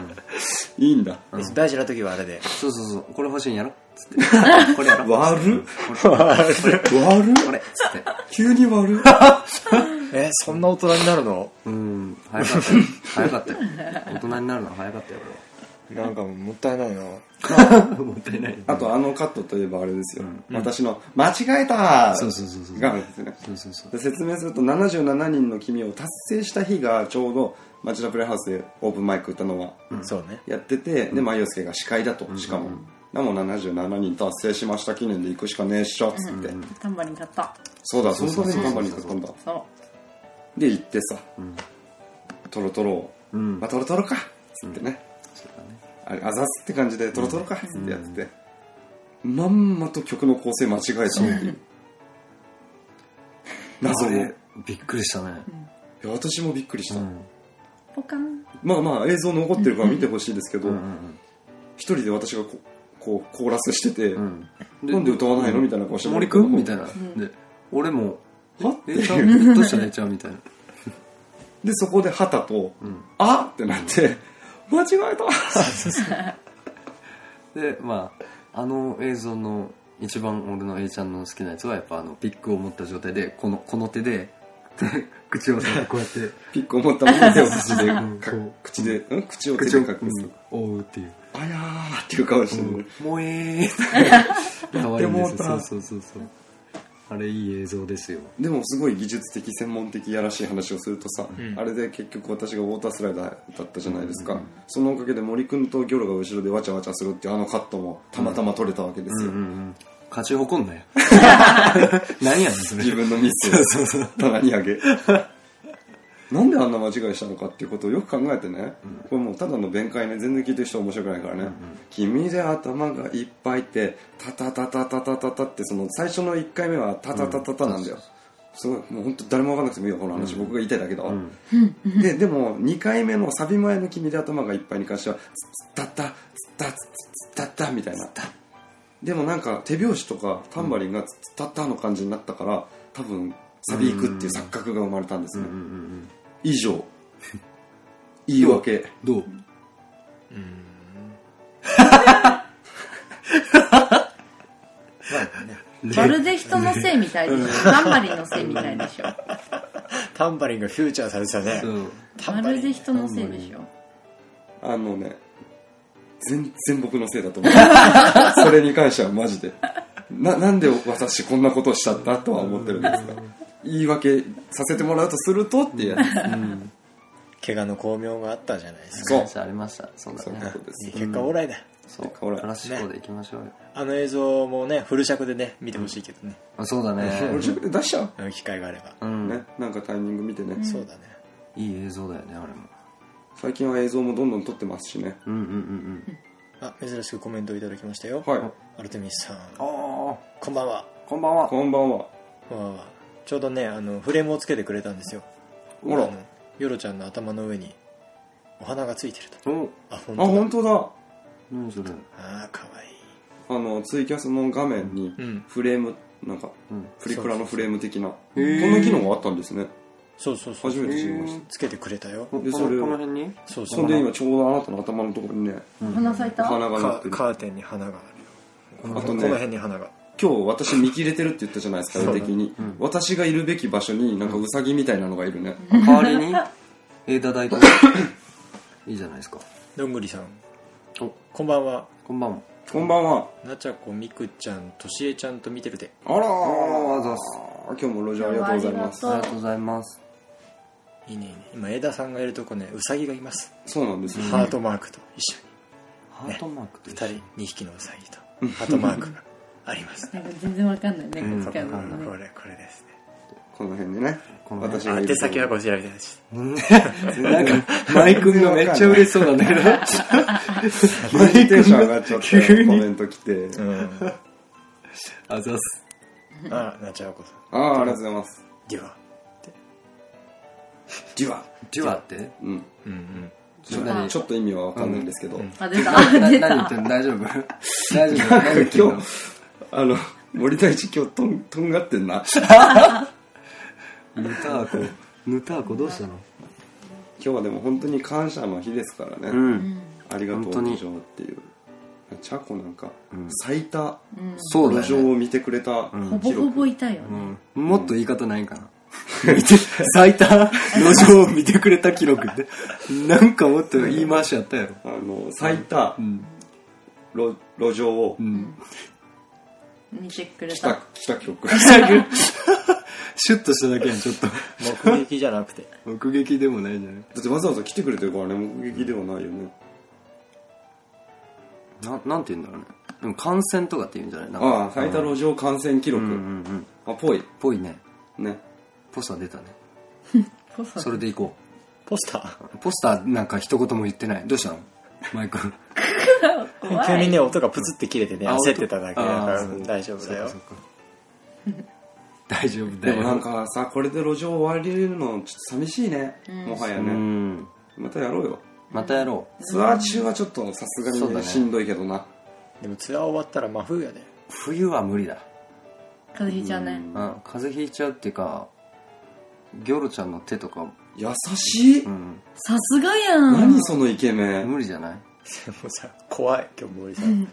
いいんだ。
大事な時はあれで
そうそうそうこれ欲しいんやろつ ってこれやろ
悪る
これ
悪る
これつって
急に悪る
えそんな大人になるの
うん早かったよ早かったよ大人になるのは早かったよ
なんかもったいないな
俺は もったいない
あとあのカットといえばあれですよ。私の、間違えた
そうそうそうそう
がですね。
そうそうそう
で説明すると77人の君を達成した日がちょうど町田プレイハウスでオープンマイク歌のは
そうね
やってて、で、まあ、洋介が司会だと、しかも。なも77人達成しました記念で行くしかねえっしょっつって、
タンバリン買った
そうだそのために頑張りに行ったんだ
そ
で行ってさ、トロトロを、
うん
まあトロトロかっつってね、あれあざすって感じでトロトロかっつってやってて、まんまと曲の構成間違えたって いう謎
あ
のい
れびっくりしたね
や私もびっくりした、
うん
うポカン
まあまあ映像残ってるから見てほしいですけど
う
一、
ん
人で私がここうコーラスしてて、
うんうん
なんで歌わないのみたいな顔して
森くんみたい
な
な。で、俺も、
はって
え、ちゃ
いう
うどうしたね、ちゃうみたいな。
でそこで畑と、
ん
あっってなって間違えた
で、まあ、あの映像の一番俺の A ちゃんの好きなやつは、やっぱあの、ピックを持った状態で、この、この手で、で口をさこうやって、
ピックを持ったまま手を口で、
うん
か
こう
口で、うん、口を手
口
で
を
隠
か
す。
覆うっていう。
あやーっていう顔してる。
もえ ーかわいいんですよ。そうそうそうそう。あれいい映像ですよ。
でもすごい技術的、専門的、やらしい話をするとさ、
ん
あれで結局私がウォータースライダーだったじゃないですか。そのおかげで森くんとギョロが後ろでわちゃわちゃするっていうあのカットもたまたま撮れたわけですよ。
ん。勝ち誇ん なよ。何やねん、それ。
自分のミスを棚に上げ。なんであんな間違いしたのかっていうことをよく考えてね、これもうただの弁解ね全然聞いてる人面白くないからね「君で頭がいっぱい」って「タタタタタタタタ」ってその最初の1回目は「タタタタタ」なんだよ、すごいもう本当誰も分かんなくてもいいよこの話、僕が言いたいだけだわ、ででも2回目のサビ前の「君で頭がいっぱい」に関しては「ツッタッタツッタッツッタッタ」みたいなでもなんか手拍子とかタンバリンがツッタッタの感じになったから多分サビ行くっていう錯覚が生まれたんですね、
うんうん。
以上言い訳
どう
まるで人のせいみたいでしょタンバリンのせいみたいでしょ
タンバリンがフューチャーされてたね
そう。
タ
ま
ンバリ
る
ン
で人のせいでしょ
あのね全然僕のせいだと思う それに関してはマジでななんで私こんなことしちゃったとは思ってるんですか言い訳させてもらうとするとってやつ
怪我の巧妙があったじゃないですか
そう
ありました。そうだ
そうい
ね
う。ことです
いい結果オーライだ
そう。
ほら
プラス思考でいきましょうよ。
あの映像もねフル尺でね見てほしいけどね、
あそうだ
俺
ね。
自分で出しちゃ
うん機会があれば、
う
う、
ん。
ね、なんかタイミング見てね、
そうだね
いい映像だよね、あれも。
最近は映像もどんどん撮ってますしね
うんうんうんうん。
あ珍しくコメントをいただきましたよ、
はい
アルテミスさん
あ
こんばんは
あ、こんばんは。
こんばんは
わあわあちょうどねあのフレームをつけてくれたんですよ
ほら
あのヨロちゃんの頭の上にお花がついてると
お
あ本当
あ本当だ
何それ。
だあーかわいい
あのツイキャスの画面に
うん
フレームなんか
うん。
プリクラのフレーム的なこ
うそう
の機能があったんですね
そうそうそう
初めて知りまし
へ
つけてくれたよ
こ
で
こ
そ
の
れを
この辺に
そう
たそ
そ
ん
う
で今ちょうどあなたの頭のところにね
お花咲い
お
た
花が
カ
なって
ー
る
カーテンに花があるよ
あとね
この辺に花が
今日私見切れてるって言ったじゃないですか
そう
絵的に
うん
私がいるべ き場所になんかウサギみたいなのがいるね
代わりに、枝大根。いいじゃないですか
どんぐりさん
お
こんばんは
こんばんは
こんばんは
なちゃこみくちゃんとしえちゃんと見てるで
あら
あ
ー
ーざっす
今日も路上ありがとうございます
ありがとうございます
いいねいいね今枝さんがいるとこねうさぎがいます、
そうなんですよ
ハートマークと一緒に
ハートマークと
2
一緒
人2匹のうさぎとハートマークがあります、
なんか全然わかんないね、こっち
これ
から
こ
だとね
れこれですね
この辺でね
この辺
がいる
宛先はご調べです
なんかマイクがめっちゃ嬉しそうなんだけど
急にテンション上がっちゃって
急に
コメント来て
うん
あざっす
あなちゃこさん
ああありがとうございます
では
ジュワ
ジュワって
うん
うんうん
ちょっとちょっと意味はわかんないんですけど、
あ、出た、
な
出。
何言ったてんの大 丈夫大丈
な
夫
んか
何言ってんの
今日あの森大一今日とんとんがってんな今
ヌターコヌターコどうしたの
日はでも本当に感謝の日ですからね、
うん
ありがと
本
う
当に
路上っていうチャコなんか最多
そうだ
路上
よね
を見てくれた
ほぼ
記
ほ
録
ぼいたよね。
うんもっと言い方ないんかな見て最多路上を見てくれた記録ってなんかもっと言い回しやったやろ
あの最多
うん
路路上を
うん
見てくれ
来た
た。
来た記 録
シュッとしただけやんちょっと
目撃じゃなくて
目撃でもないんじゃない
だってわざわざ来てくれてるからね目撃ではないよね
ななんて言うんだろうねでも感染とかって言うんじゃないなんか
ああ最多路上感染記録、
うんうんうん
あぽい
ぽいね
ね
ポスター出たね
ポサ
それでいこ
ポスター
うポスターなんか一言も言ってないどうしたのマイク
急
怖
に
い。
ね音がプツって切れてね
あ
焦ってただけだから
あー
うん大丈夫だよ
そっかそっか大丈夫だ
で
よ
もなんかさこれで路上終わりるのちょっと寂しいね、もはや
う
ね
ん
またやろうよ
またやろう
ツアー中はちょっとさすがに
そうだ
ね
ね
しんどいけどな
でもツアー終わったら真冬やで
冬は無理だ
風邪ひいちゃうね。
うん風邪ひいちゃうっていうかギョロちゃんの手とか、
優しい、
うん、
さすがやん。
何そのイケメン
無理じゃない
でもさ怖い今日森さん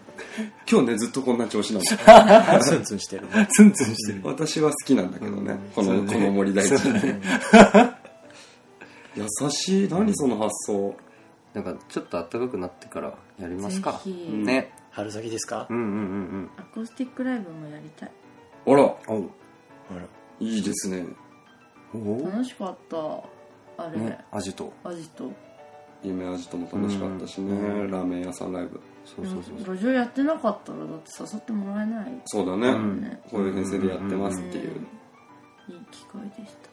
今日ねずっとこんな調子なの
ツンツンしてる
ツンツンしてる
私は好きなんだけどね、こ
そ
の
うね
この森大地、 優しい何その発想
だからちょっと暖かくなってからやりますか
ぜひ
ね
春先ですか
うんうんうん
アコースティックライブもやりたい。
あら
うん
ほら
いいですね
おお
楽しかった。あ
おね
れ、
アジト
アジト。
夢味とも楽しかったしね、
うん
ラーメン屋さんライブ
そうそうそう
路上やってなかったら、だって誘ってもらえない。
そうだね、
うん
ね
こういう編成でやってますっていう、
いい機会でした。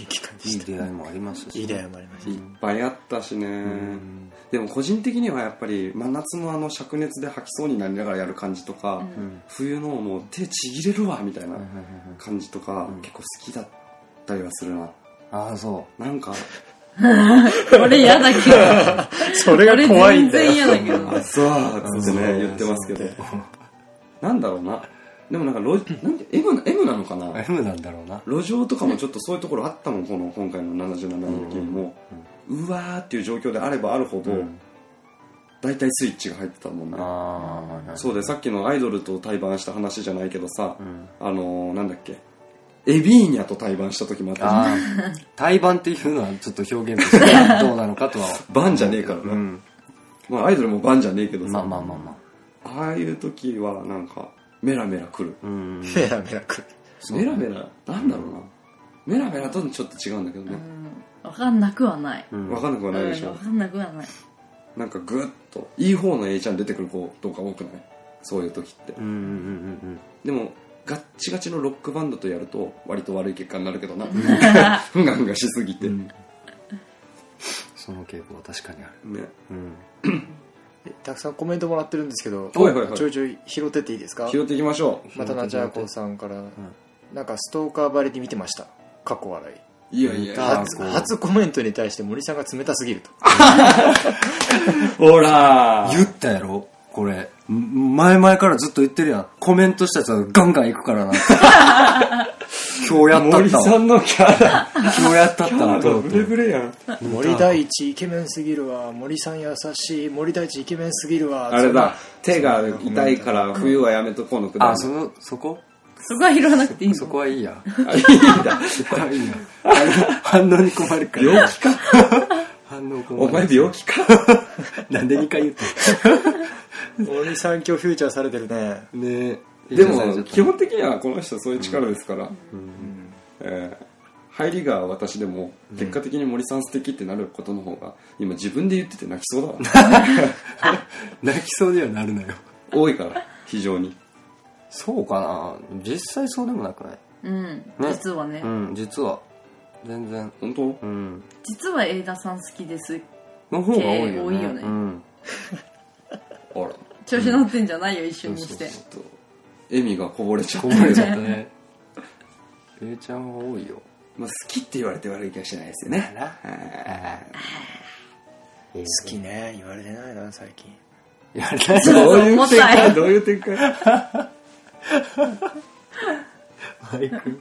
いい期間で
いい
し
出会いもあります
たい
し
い出会いもありました
いっぱいあったしね、
うん
でも個人的にはやっぱり真夏のあの灼熱で吐きそうになりながらやる感じとか、
うん
冬のもう手ちぎれるわみたいな
はいはいはいはい
感じとか、
うん
結構好きだったりはするな
ああそ
なんか
俺嫌だけど。
それが 怖いんだ
俺全然嫌
よ
だけ
「あ
ど。
そう」っつって
う
ね
ん
言ってますけどなんだろうなでもなんかロなんて M, M なのか
う
な
M なんだろうな
路上とかもちょっとそういうところあったもんこの今回の77の時にも、うわーっていう状況であればあるほど、
うん
大体スイッチが入ってたもんね
ああ
そうでさっきのアイドルと対バンした話じゃないけどさ、
ん
あのー、なんだっけエビーニャと対バンした時もあったじゃん
ああ対バンっていうのはちょっと表現としてどうなのかとは
バンじゃねえからな、
うん
まあ、アイドルもバンじゃねえけどさ、
まあまあまあまあ
ああいう時はなんかメラメラくる、
うん
メラメラくる
う
メラメラなんだろうな、メラメラとちょっと違うんだけど
う
ね、
んわかんなくはない。
うん
分かんなくはないでし
うん
ょ、
わかんなくはない。
なんかグッといい方の A ちゃん出てくる子とか多くないそういう時って、
うんうんうんうんうん
でもガッチガチのロックバンドとやると割と悪い結果になるけど なふんがふんがしすぎて、
その傾向は確かにある。
ね
うん。
えたくさんコメントもらってるんですけど
はいはいはい
ちょいちょい拾ってっていいですか
拾っていきましょ
またなちゃこさんからなんかストーカーばりで見てました過去笑いう
いやいや
あ
初
こう
初コメントに対して森さんが冷たすぎると
ほら
言ったやろこれ。ん前々からずっと言ってるやん。コメントしたやつはガンガン行くからな。今日やった
森
った
さ
わ。
んのキャラ
今日やったったわ、とう
ブ
と
レ
う。
ブレやん
森大一イケメンすぎるわ森さん優しい森大一イケメンすぎるわ
あれだ手が痛いから冬はやめとこうのくだり
あ、その、そこ
そこは拾わなくていいの
そこはいいや。
あいいんだ
そこはいいや。反応に困るから。
病気か
反応困
お前病気か
なんで2回言った
鬼三強フューチャーされてるね
ねえ
でも基本的にはこの人そういう力ですから、えー入りが私でも結果的に森さん素敵ってなることの方が今自分で言ってて泣きそうだわ
泣きそうにはなるなよ
多いから非常に
そうかな実際そうでもなくない
うん、実はね、
うん実は全然
本当
うん
実は映田さん好きです
の方が多いよね
系多いよね
うん、
あら
調子乗ってんじゃないよ一瞬に
そう
し
そ
て
う
ちょっと笑みがこぼれちゃう
こ、ぼれちゃったねゆうちゃんは多いよ
まあ、好きって言われて悪い気はしないですよ ね
な
好きね言われてないな最近
いやない
どういう
重
展
たい
開どういう展開
マイくん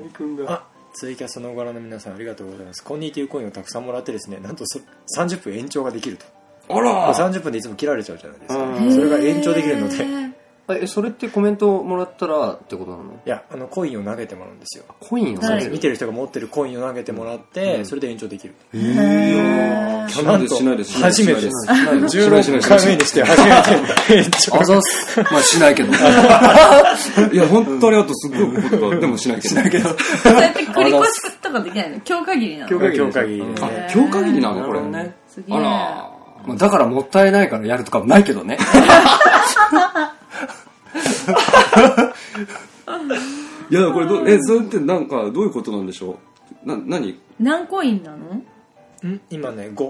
マイくんが
あツイキャスの柄の皆さんありがとうございますこんにちはコインをたくさんもらってですねなんとそ30分延長ができると
あら
30分でいつも切られちゃうじゃないです
う
か
ん
それが延長できるので
へー
えそれってコメントもらったらってことなの
いやあのコインを投げてもらうんですよ
コインを
は
見てる人が持ってるコインを投げてもらって、それで延長できる、
へー
しないですしないですしないです
初めてです
しないですしないですし
16
ないです
回目にして初めて延長
あざっすまあしないけど
いや本当にあとすごいことがでもしないけど
そうやって繰り越しとかできないの今日限りなの
今日限りで
あ
すね
今日限りなのこれ
なるほどね
すげえ
あら
まあだからもったいないからやるとかもないけどね
いやこれどえそれってなんかどういうことなんでしょうな何
何コインなの
ん今ね55
ご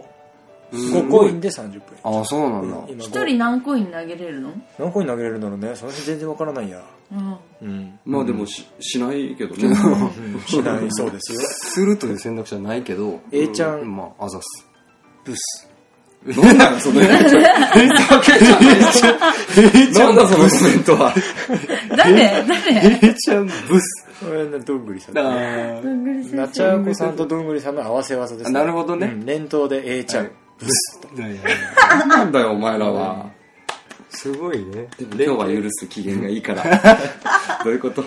い
コインで30分
ああそうなんだ、
今
一
5
人何コイン投げれるの
何コイン投げれるんだろうねその辺全然わからないや
うん
うん
まあでもししないけどね
しないそうですよ
するという選択肢はないけど
A ちゃん
まああざっす
ブス
なんだよそのやりとりなんだそのコメントは
誰誰
A ちゃんブス
これねどんぐりさん
あ
どんぐり先生
なちゃうこさんとどんぐりさんの合わせ技です、
なるほどね
うん連投で A ちゃん、
はい
ブスと
なんなんだよお前らは
すごいね
でも今日は許す機嫌がいいからどういうこと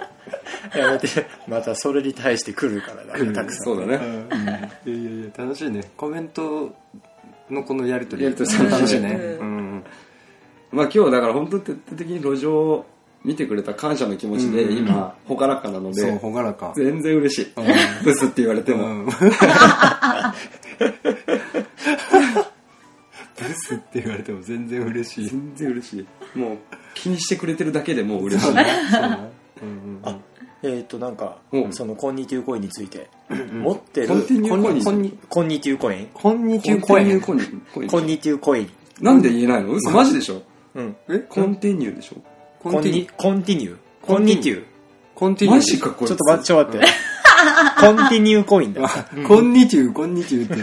やめてまたそれに対して来るからだねたくさん
そうだね
いやいやいや楽しいねコメントのこのやりとり
やりとり楽
しいね
うん
まあ今日だから本当に徹底的に路上を見てくれた感謝の気持ちで今ほからかなの
そう
で
朗らか
全然嬉しいブスって言われても
んブスって言われても全然嬉しい
全然嬉しいもう気にしてくれてるだけでもう嬉しい
えっ、となんか、
うん
その「こんにちはコイン」について、持ってる
コンティニューコイン
こんにこんにちはコイン
こんにちは
コンティニュー
え
コインコイン
こんにちはコイン
なんで言えないの嘘マジでしょ
うん
コンティニューでしょ
コ
こ
ン
ん
ティ
に
ニ
コンティニューコンにちゅ
コンティニュ
マ
ー
ジかこ
う
れ
ちょっと待ってちょっと待って、コンティニューコインだ
こんにちゅうこんにちゅうって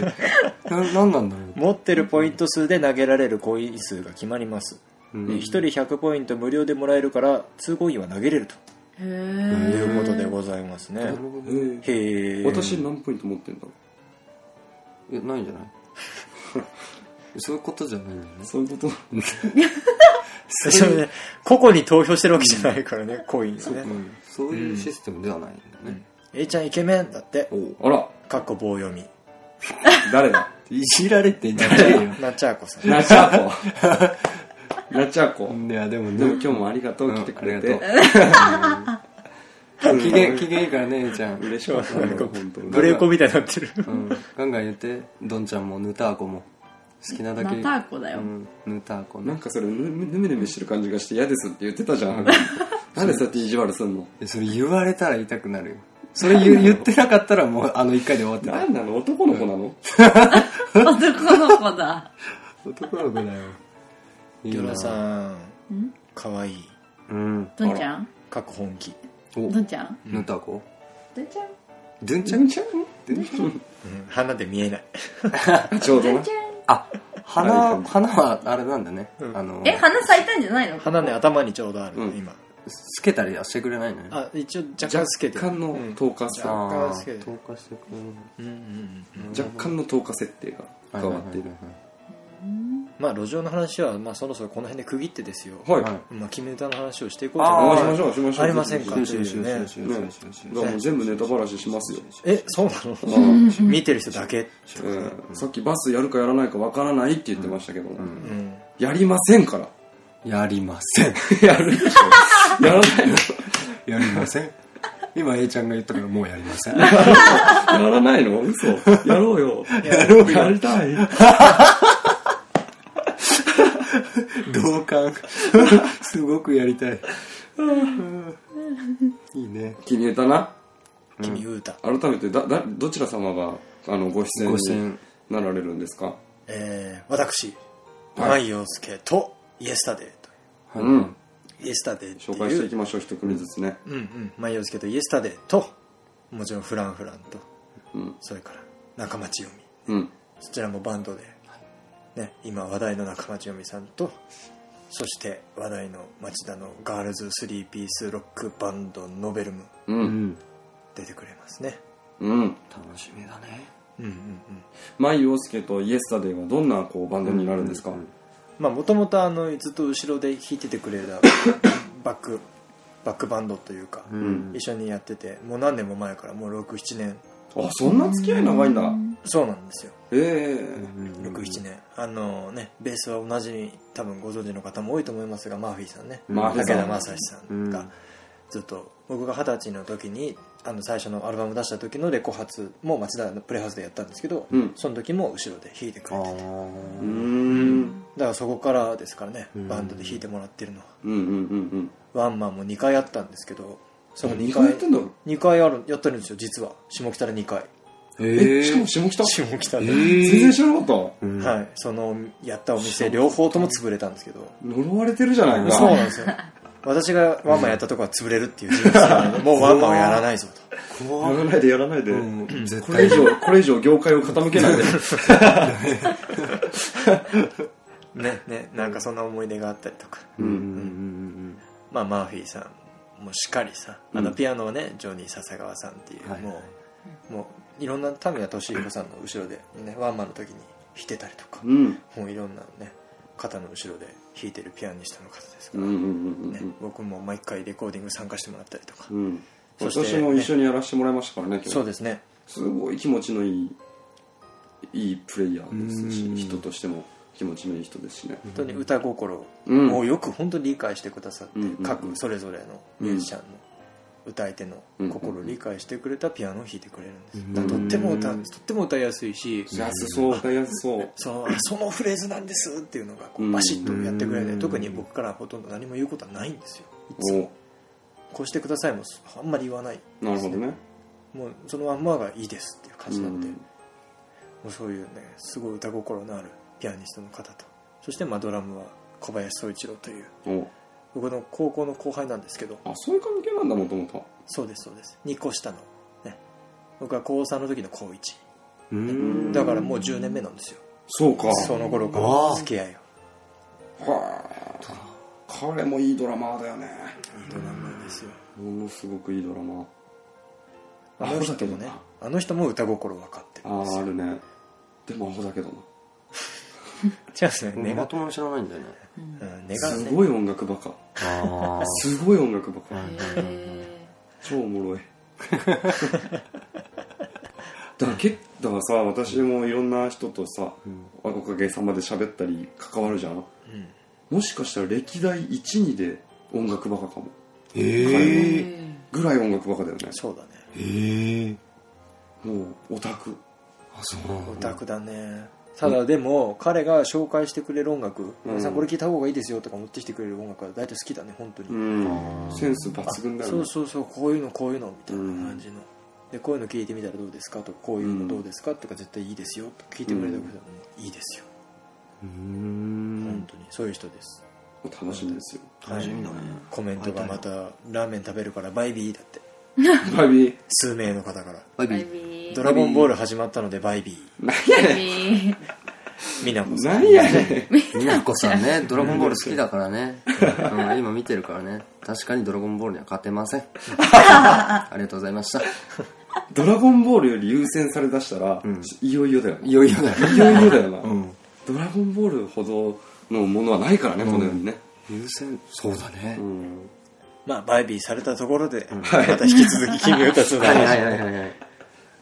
ななんなんだろう
持ってるポイント数で投げられるコイン数が決まります、で1人100ポイント無料でもらえるから2コインは投げれると
へ
い
ー
うことでございますね、
えー
へえ
私何ポイント持ってんだろ
いやないんじゃないそういうことじゃないんだよ
う
ね
そういうこと
それね個々に投票してるわけじゃないからね、コインですね
そういうシステムではないんだね、
A ちゃんイケメンだって
あら
かっこ棒読み
誰だ
いじられてんじゃないよ
なっちゃーこさん
ラチャー コラチャーコ
いやでも
でも
ね
今日もありがとう来てくれて、
うんあ機嫌機嫌いいからねえちゃん、
嬉しかったね本当に
ブレーコみたいになってる
うん、ガンガン言ってどんちゃんもヌターコも好きなだ
ナタ
け
ーコだよ、
うん、ヌターコ
なん
ね
かそれぬぬめぬめしてる感じがして嫌ですって言ってたじゃ んなんでそうやって意地悪すんの
えそれ言われたら痛くなるよそ れ言う言ってなかったらもうあの一回で終わってた
なんなの男の子なの、
男の子 だ
男の子だよいい
ギョ
な
ラさんかわいい
うん
どんちゃん
かっこ本気
お
どんちゃん
ヌターコ
どんちゃん
ドゥンち
ち
ゃ
ゃ
ん
んちゃん
うん鼻で見えない
ちょうどな
あ
あ
花
れ
花はあれなんだね、
うん
あの
え花咲いたんじゃないの
鼻ね頭にちょうどある
うん
今
つけたりはしてくれないのよ
あ一応若
若
干つけてる
干の
うん
透過
あ
さ、
若干つけて
透過してくれる
うんうんうん
若干の透過設定が変わっている、
はいはいはいはい
まあ路上の話はまあそろそろこの辺で区切ってですよ、
はい、
はい
まあ、決め歌の話をしていこうじゃ
ああし
な
ま
い
しょうしましょう
ありませんか
ね
というね
だからもう全部ネタばらししますよ、
えそうなの
うん
見てる人だけ、
うんさっきバスやるかやらないかわからないって言ってましたけど、
うん、
やりませんから
やりません。
やるでしょやらないの
やりません。今 A ちゃんが言ったからもうやりません。
やらないの嘘やろう よ
や
やりたい
同感。 すごくやりたい。いいね。
決めたな
君歌、
改めてだだどちら様があのご出演
ご出
に
演
なられるんですか
えー、私
はい
舞陽介とイエスタデー
はい
うん
とイエスタデーって
紹介して
い
いうきましょう一組ずつね
うんうん舞陽介とイエスタデーともちろんフランフランと
うん
それから仲間千代美
うん
そちらもバンドで、ね、今話題の中町よみさんとそして話題の町田のガールズスリーピースロックバンドノベルム
う
うんん。
出てくれますね
うん
楽しみだね。
うんうんうん
舞陽介とイエスタデイはどんなこうバンドになるんですか、
まあもともとあのずっと後ろで弾いててくれたバックバックバンドというか、
うん。
一緒にやっててもう何年も前からもう67年
あそんな付き合い長いんだ
そうなんですよ
え
67年あのねベースは同じに多分ご存知の方も多いと思いますがマーフィーさんね
えまあ
武
武
田
田
正史さんがずっと僕が二十歳の時にあの最初のアルバム出した時のレコ発も町田のプレイハウスでやったんですけど、
うん
その時も後ろで弾いてく
あ
れ
あ
てて。
うーん
だからそこからですからね
うん
バンドで弾いてもらってるのは
うんうんうん
ワンマンも2回あったんですけどそ
うん
の
二
2
回
回
やってんだ
2回あるやってるんですよ実は下北で2回
え
え
ー
しかも下北
下北で、
全然知らなかっ
うん
はいそのやったお店両方とも潰れたんですけど
た呪われてるじゃないか
そうなんですよ 私がワンマンやったとこは潰れるっていう事実があるのでもうワンマンはやらないぞと
やらないでやらないで、
うん絶
これ
対
以上これ以上業界を傾けないで
ねねなんかそんな思い出があったりとか、
うんうんうん
まあ、マーフィーさんもしっかりさあ
う
の
ん
ピアノをねジョニー笹川さんっていう、
はい
もうもういろんな田村俊彦さんの後ろで、ね、ワンマンの時に弾いてたりとか、
うん
もういろんなね肩の後ろで弾いてるピアニストの方ですか
うんう
ら、
んうん
ね、僕も毎回レコーディング参加してもらったりとか、
うんうん
そして
私も一緒にやらせてもらいましたからね今日
そうですね
すごい気持ちのいいいいプレイヤーです
う
し
ん
人としても気持ちのいい人ですしね
本当に歌心
うん
をよく本当に理解してくださって、
うんうん
各それぞれのミュージシャンの歌い手の心を理解してくれたピアノを弾いてくれるんです、
うん
だからとっても歌
う
と
ん
っても歌いやすいし、
安そう歌いやすそう
そのそのフレーズなんですっていうのがこ
う
うんバシッとやってくれて、
うん
特に僕からはほとんど何も言うことはないんですよいつも
お
こうしてくださいもあんまり言わない
なるほどね
もうそのまんまがいいですっていう感じなんで、
うん
もうそういうねすごい歌心のあるピアニストの方とそしてまあドラムは小林宗一郎という
お
僕の高校の後輩なんですけど
あそういう関係なんだもともと
そうですそうです2個下のね僕は高3の時の高1
うん
だからもう10年目なんですよ
そうか
その頃からの付き合いが
はあ彼もいいドラマーだよね
いいドラマですよ
ものすごくいいドラマー
あの人もねあの人も歌心分かってるん
あ
です
ああ
よ
るねでもアホだけどな
違うんですね
俺
根
ま
が
ともに知らないんだよね
うん根が
す
ね
ごい音楽バカ
ああ
すごい音楽バカ
へえ
超おもろいだからけだからさ私もいろんな人とさ、おかげさまで喋ったり関わるじゃん
うん
もしかしたら歴代12で音楽バカかも
ええ
ぐらい音楽バカだよね
そうだね
ええ
もうオタク
あそうなん
オ
だ
タクだねただでも彼が紹介してくれる音楽、
うん
さこれ聞いた方がいいですよとか持ってきてくれる音楽は大体好きだね本当に、
うんセンス抜群だよ
そ
ね
うそうそうこういうのこういうのみたいな感じの、でこういうの聞いてみたらどうですかとかこういうのどうですかとか絶対いいですよとか聞いてくれたことはもういいですよ、
うー
本
ん
当にそういう人です
楽しみですよ
楽しみだね
コメントがまた「ラーメン食べるからバイビー」だって
バイビー
数名の方から
バイ
バ
ビ
イ
ー
「
ビー
ドラゴンボール始まったのでバイビー
何
バ
や
イ
ね
ビー」
美奈子
ん
さん
何やね
みなこさんね、ドラゴンボール好きだからね。うん、今見てるからね。確かにドラゴンボールには勝てません。ありがとうございました。
んドラゴンボールより優先されだしたら、
ん
いよいよだよね
いよいよだよ。
いよいよだよな、
うん。
ドラゴンボールほどのものはないからね、この世にね。
優先そうだね、
うん
まあ、バイビーされたところで、また引き続き君を歌つ の
はいは
話
いはいはい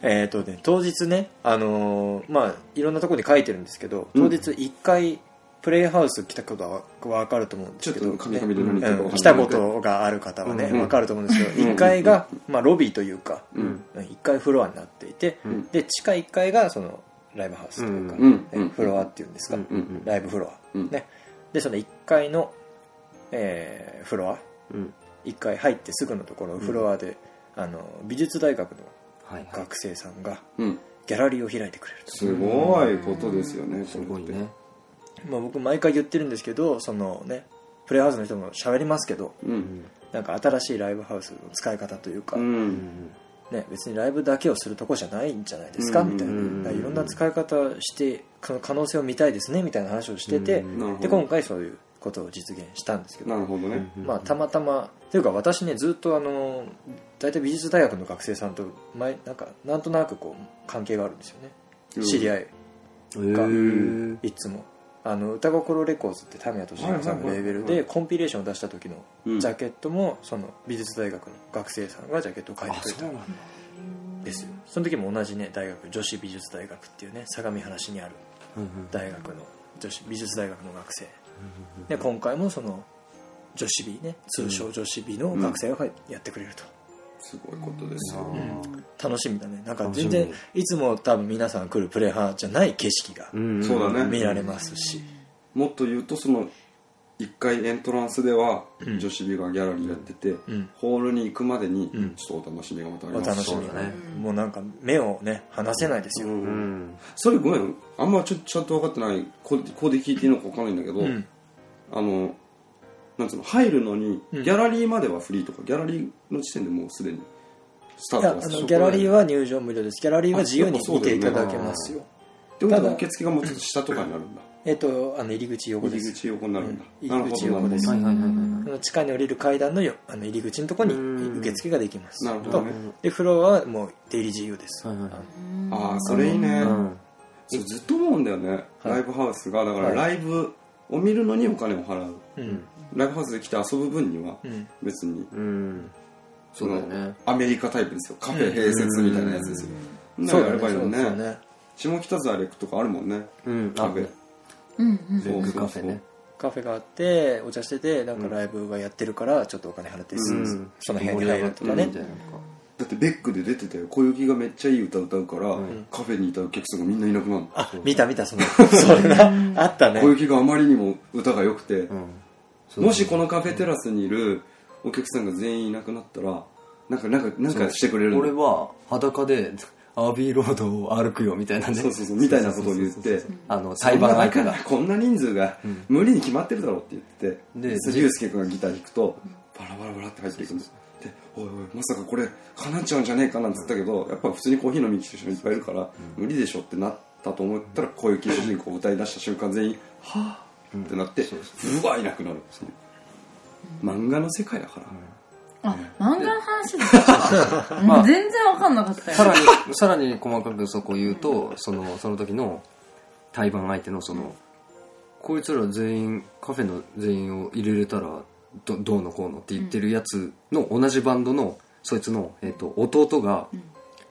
えっとね、当日ね、あのーまあ、いろんなところに書いてるんですけど、当日一回、プレイハウス来たことは分かると思うんですけど、
ちょっと神々で何言ってるか分かんない
うん来たことがある方はね、
うん
分かると思うんですけ
う
ど、
ん
1階が、まあ、ロビーというか、
うん
1階フロアになっていて、
ん
で、地下1階が、その、ライブハウスというか、
うん
ね
うん
フロアっていうんですか、
うん
うん
ライブフロア、
うん
ね、でその1階の、えーフロア
うん
1階入ってすぐのところフロアで、あの美術大学の
はいはい
学生さんが
うん。
ギャラリーを開いてくれる
すごいことですよね、
すごい
これっ
ね
て。
と、まあ、僕毎回言ってるんですけどそのねプレイハウスの人も喋りますけど
うん。
なんか新しいライブハウスの使い方というか、
うん。
ね、別にライブだけをするとこじゃないんじゃないですか、
うん
みたいな
うんうん
だからいろんな使い方してその可能性を見たいですねみたいな話をしてて、
うん
なるほ
で
ど。
今回そういうことを実現したんですけど
なるほどね。
まあ、たまたまというか私ねずっとあの大体美術大学の学生さんと前なんかなんとなくこう関係があるんですよね、
うん
知り合い
へー
いつもあの歌心レコーズって田宮俊彦さんのレーベル
はいはいはい
でコンピレーションを出した時の
うん
ジャケットもその美術大学の学生さんがジャケットを描い
あ、
てくれ
そう
た
なんだ。
んですよその時も同じね大学女子美術大学っていうね相模原市にある
うんうん
大学の女子美術大学の学生で今回もその女子美ね通称女子美の学生がやってくれると、
すごいことですよ。
楽しみだねなんか
楽
全
しみ
然いつも多分皆さん来るプレハじゃない景色が
んん
そうだね
見られますし、
もっと言うと、その、一回エントランスでは
ん
女子美がギャラリーやってて、
ん
ホールに行くまでに
うん
ちょっとお楽しみがまたあり
お
ます
楽しみ
そうだね
もうなんか目をね離せないですよ、
うん
うん
それごめんあんまちょちゃんと分かってないここうで聞いていいのか分かんないんだけど、
うん
あのなんつうの入るのに
う
ギ
ん
ャラリーまではフリーとか、ギャラリーの時点でもうすでにスタ
いや
ー
あ
ト
の
が
ギャラリーは入場無料ですギャラリーは自由に
あそう
見
だ
て
よ
い
ね
ただけますよ
ってこと
ただ
は受付がもうちょっと下とかになるんだ
えっとあの入り口横
入
で
り
す
口横になるんだ、
うん
なるほ
入り口
どな
横
るほど
です
はいはいはいはい
あの地下に降りる階段のよあの入り口のところ
うん
に受付ができます
なるほどね
とでフロアはもう出入り自由です、
はいはい
あの
ああそれいいね、
うん
そうずっと思うんだよね、ライブハウスがだから
は
ライブを見るのにお金を払う
うん
ライブハウスで来て遊ぶ分には
うん
別に
うんそうだよね
アメリカタイプですよカフェ併設みたいなやつですよ、なんか
そう
や
だ
れ
ね
ばいいの
そう
に
ですよ
ね
ね
下北沢レクとかあるもんね
うん
カフェ
うんうん
レッグカフェね
カフェがあってお茶しててなんかライブがやってるからちょっとお金払って、
うん
その辺に入るとかね、
盛り上がってるみたいなのか
だってベックで出てたよ小雪がめっちゃいい歌歌うから、
ん
カフェにいたお客さんがみんないなくなるの
あ見た見たそのそれなあったね
小雪があまりにも歌が良くて、
うんそう
もしこのカフェテラスにいるお客さんが全員いなくなったらなんかなんかなんかしてくれるの
俺は裸でアービーロードを歩くよみたいなね
そうそうそうみたいなことを言って
あの
そ
裁
んな
判相手
中
が
こんな人数が無理に決まってるだろうって言って
で
で
で
龍介君がギター弾くとバラバラバラって入っていくんですでおいおいまさかこれかなっちゃうんじゃねえかなんて言ったけどやっぱ普通にコーヒー飲みに来てる人いっぱいいるから無理でしょってなったと思ったらこういう主人公を歌い出した瞬間全員「はあ」ってなってうわいなくなるんですね漫画の世界だから
あ漫画の話だった、 もう全然わかんなかったよ
さらに、さらに細かくそこを言うと、その、その時の対バン相手のその、こいつら全員、カフェの全員を入れれたら、どどうのこうのって言ってるやつの同じバンドの、そいつの、えっ、と、弟が、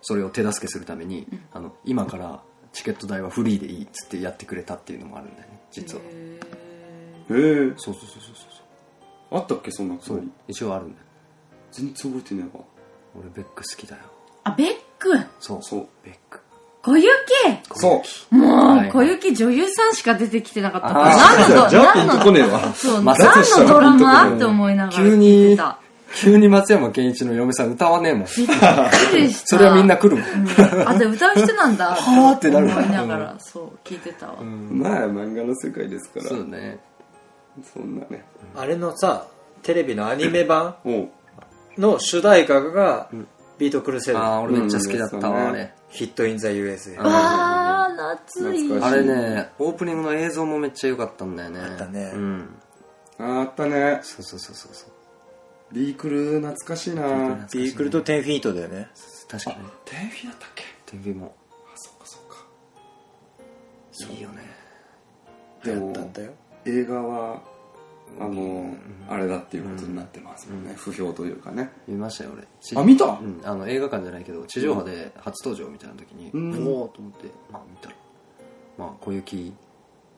それを手助けするために、あの、今からチケット代はフリーでいいっつってやってくれたっていうのもあるんだよね、実は。
へ
へえ
そうそうそうそうそ
あ
う
ったっけそんなこ
そう。
と
そう、一応あるんだよ。
全然覚えてねえわ
俺、ベック好きだよ。
ーあベック
そう。
そう
ベック。
小雪
そう
も
は
う
い
小雪女優さんしか出てきてなかったから
あ
何の
じ
ド
ゃあピンと
何
こ
の
ねえわ
そう
ま
何
さか
のドラマって思いながら
急
聞いて
に
た、
急に松山ケンイチの嫁さん歌わねえもん。
びっくりした
それはみんな来る
う
もん。
んあで歌う人なんだ
はーってなる
思いながらそう聞いてたわ、
まあ漫画の世界ですから
そうね。
そんなね
あれのさテレビのアニメ版
おう
の主題歌がビートクルセ
あ
ダ
あ、俺めっちゃ好きだったわ、
う
あ
ん
れ。
ヒットインザ USA
ん
あ
わあ夏い
懐か
あれね、オープニングの映像もめっちゃ良かったんだよね。あ
ったね
うん。
あーあったね
そうそうそうそうそう。
ビークル懐かしいな
ビークルとテンフィートだよね
確かに。
テレビだったっけ
天秤も。
あそっかそっか
いいよね。
で
や
も
ったんだよ
映画はあの、あれだっていうことになってますもんね、不評というかね
見ましたよ俺
あ見た
うん、あの映画館じゃないけど地上波で初登場みたいな時に、
うん
おおと思って、まあ、見たらまあ小雪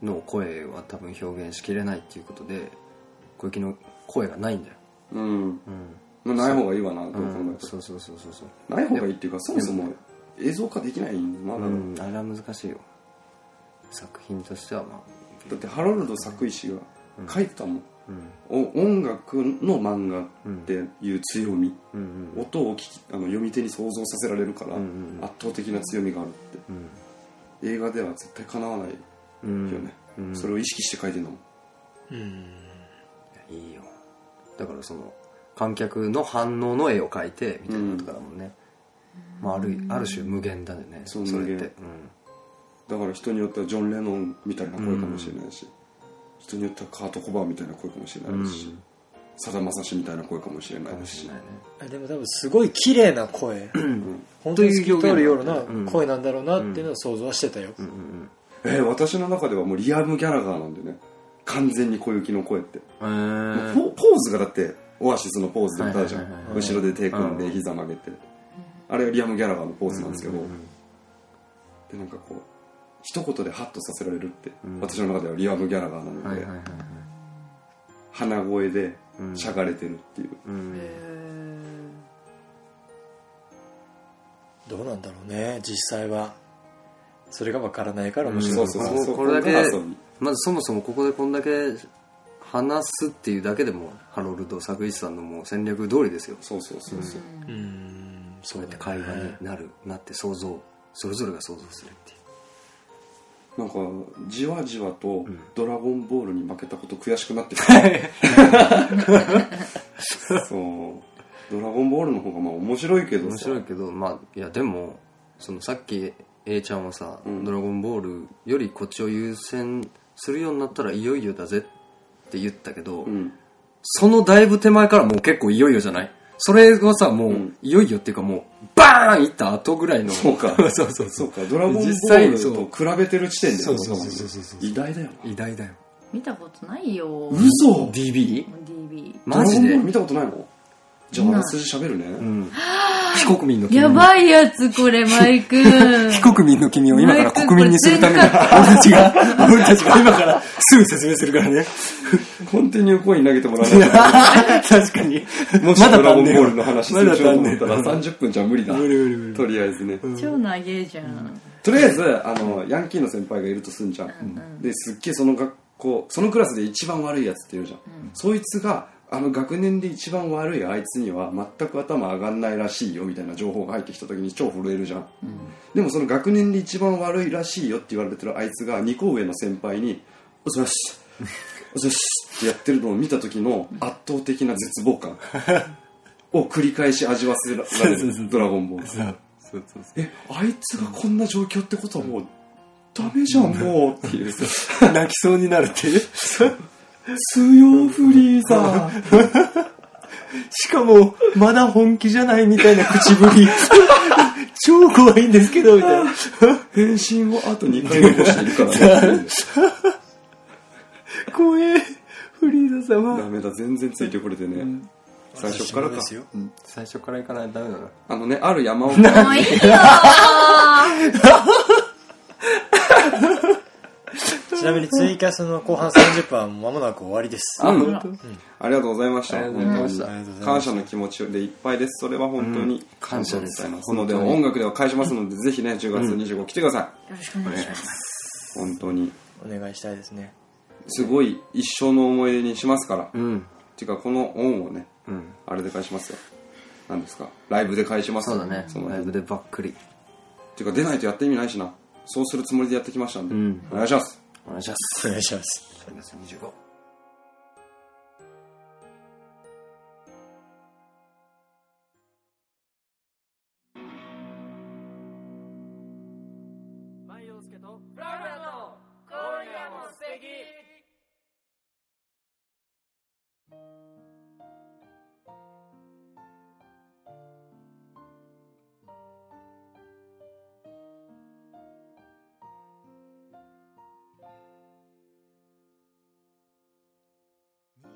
の声は多分表現しきれないっていうことで小雪の声がないんだよ、
うん
うん
まあない方がいいわなと
う
思うんん、だけ
そうそうそうそうそう
どない方がいいっていうかそもそも映像化できないんだまだ、
うんあれは難しいよ作品としてはま
だってハロルド作石が書いてたもん、
あうん
お音楽の漫画っていう強み、
うんうん
音を聞きあの読み手に想像させられるから、
うんうん
圧倒的な強みがあるって
うん
映画では絶対かなわないよ
うん
ね、
うん
それを意識して書いてるのも
うん
いいよだからその観客の反応の絵を描いてみたいなことからもんね、まあ、あるある種無限だよね
そう
れっ
無
て
限、だから人によってはジョン・レノンみたいな声かもしれないし、人によってはカート・コバーンみたいな声かもしれないし
うん
さだまさしみたいな声かもしれ
う、
なん
か
い
も
し
しれないね
あでも多分すごい綺麗な声
うん
本当に透き通るよう
という表現なんだねうん
な声なんだろうなっていうのを想像はしてたよ、
うんうん
えー私の中ではもうリアム・ギャラガーなんでね完全に小雪の声って、
うんえー
ポポーズがだってオアシスのポーズで歌うじゃん、
はいはいはい
はい
後ろで手組ん
う
で
ん
膝曲げて、あれはリアム・ギャラガーのポーズなんですけど、
うんうん
でなんかこう一言でハッとさせられるって、
うん
私の中ではリアム・ギャラガーなので、
はいはいはいはい
鼻声で
うん
しゃがれてるっていう、
うん
どうなんだろうね実際はそれがわからないから面
うん
白い、
そうそうそう
こ
そ
これだけ
こが遊び
まずそもそもここでこんだけ話すっていうだけでもハロルド作一さんのもう戦略通りですよ
そうそうそうそう、
うーんそ
そう
う
や
だ
っ
ね
て会話になるなって想像それぞれが想像するっていう
なんかじわじわと「ドラゴンボール」に負けたこと悔しくなってきた そう「ドラゴンボール」の方がまあ面白いけど
面
さ
白いけどまあいやでもそのさっき A ちゃんはさ「
うん
ドラゴンボール」よりこっちを優先するようになったらいよいよだぜって言ったけど、
うん
そのだいぶ手前からもう結構いよいよじゃないそれはさもう、
ん
いよいよっていうかもうバーンいった後ぐらいの
そうか
そうそうそ
そううか「ドラゴンボ
実際
ール」
そう
と比べてる時点で
そうそうそうそうそう
偉大だよな
偉大だよ
見たことないよ
嘘
DB?
DB
マジ
ドラゴンボ
で
ール見たことないのじゃああらすじ喋るね、
うん非国民の君
やばいやつこれマイク
非国民の君を 今から国民にするために俺
マイク
たちが俺たちが今からすぐ説明するからね
コンティニューコイン投げてもらわない
確かに。
ともし
ま だ
ドラゴンボ
足んねえ
ー
わ
ルの話す
まだ
る
足
しようと
ん
思
ねえ
ったら30分じゃ無理だ
無理無理無理
とりあえずね
超長えじゃん
とりあえずあのヤンキーの先輩がいるとすんじゃん、ですっげえその学校そのクラスで一番悪いやつって言うじゃん、そいつがあの学年で一番悪いあいつには全く頭上がんないらしいよみたいな情報が入ってきた時に超震えるじゃん、でもその学年で一番悪いらしいよって言われてるあいつが2個上の先輩に「お疲れ様っす」お疲れ様っすってやってるのを見た時の圧倒的な絶望感を繰り返し味わせられる「ドラゴンボール」
そうそうそ
えあいつがこんな状況ってことはもうダメじゃんもうっていう
う。 泣きそうになるっていう。
強フリーザー
しかも、まだ本気じゃないみたいな口ぶり。超怖いんですけど、みたいな。
変身をあと2回残しているからね
怖え。フリーザ
ダ
様。
メだ全然ついてこれてね、最初からか
ですよ
最初から行かないとダメだな。
あのねある山 奥に
もういいよ
ちなみにツイキャスの後半30分は間もなく終わりです
あ
あ
う
り
んありがとうございました
ありがとうございました
本
がとうござい
当
ま
に
す
感謝の気持ちでいっぱいですそれは本当に、
うん感謝です
ありがとうございますの
本当
で
に
音楽では返しますのでぜひね10月25来てくださ
ろしくお願いします
い、本当に
お願いしたいですね
すごい一生の思い出にしますから、
う
っ
ん。
ていうかこの恩をね
うん。
あれで返しますよ何ですかライブで返します
そうだね。
その
ライブでばっくり。
ていうか出ないとやって意味ないしなそうするつもりでやってきましたんで、
うん
お願いします
お願いします。
お願いします
3月25。
は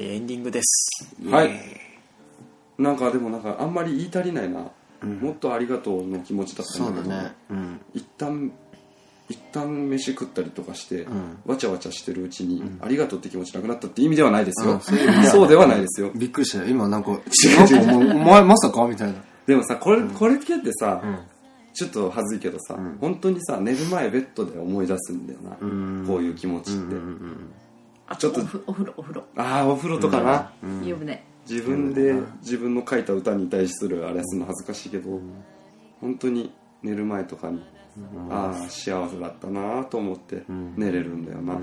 い、エンディングです。
はい
イエ
なんかでもなんかあんまり言い足りないな、もっとありがとうの気持ちだっ
ー
た
そ
ん
う
だ
だ
けど、
ねうん
一旦一旦飯食ったりとかして、
ん
わちゃわちゃしてるうちに、ありがとうって気持ちなくなったって意味ではないですよ、
うん
そうではないですよ
びっくりしたよ今なんか
違う
なんかお前お前まさかみたいな
でもさこれこれ系ってさ、
ん
ちょっと恥ずいけどさ、本当にさ寝る前ベッドで思い出すんだよな、
ん
こういう気持ちって、
あ
ちょっと
おふお風呂お風呂
ああお風呂とかな、
湯船
自分で自分の書いた歌に対するあれするの恥ずかしいけど、本当に寝る前とかに、ああ幸せだったなと思って寝れるんだよな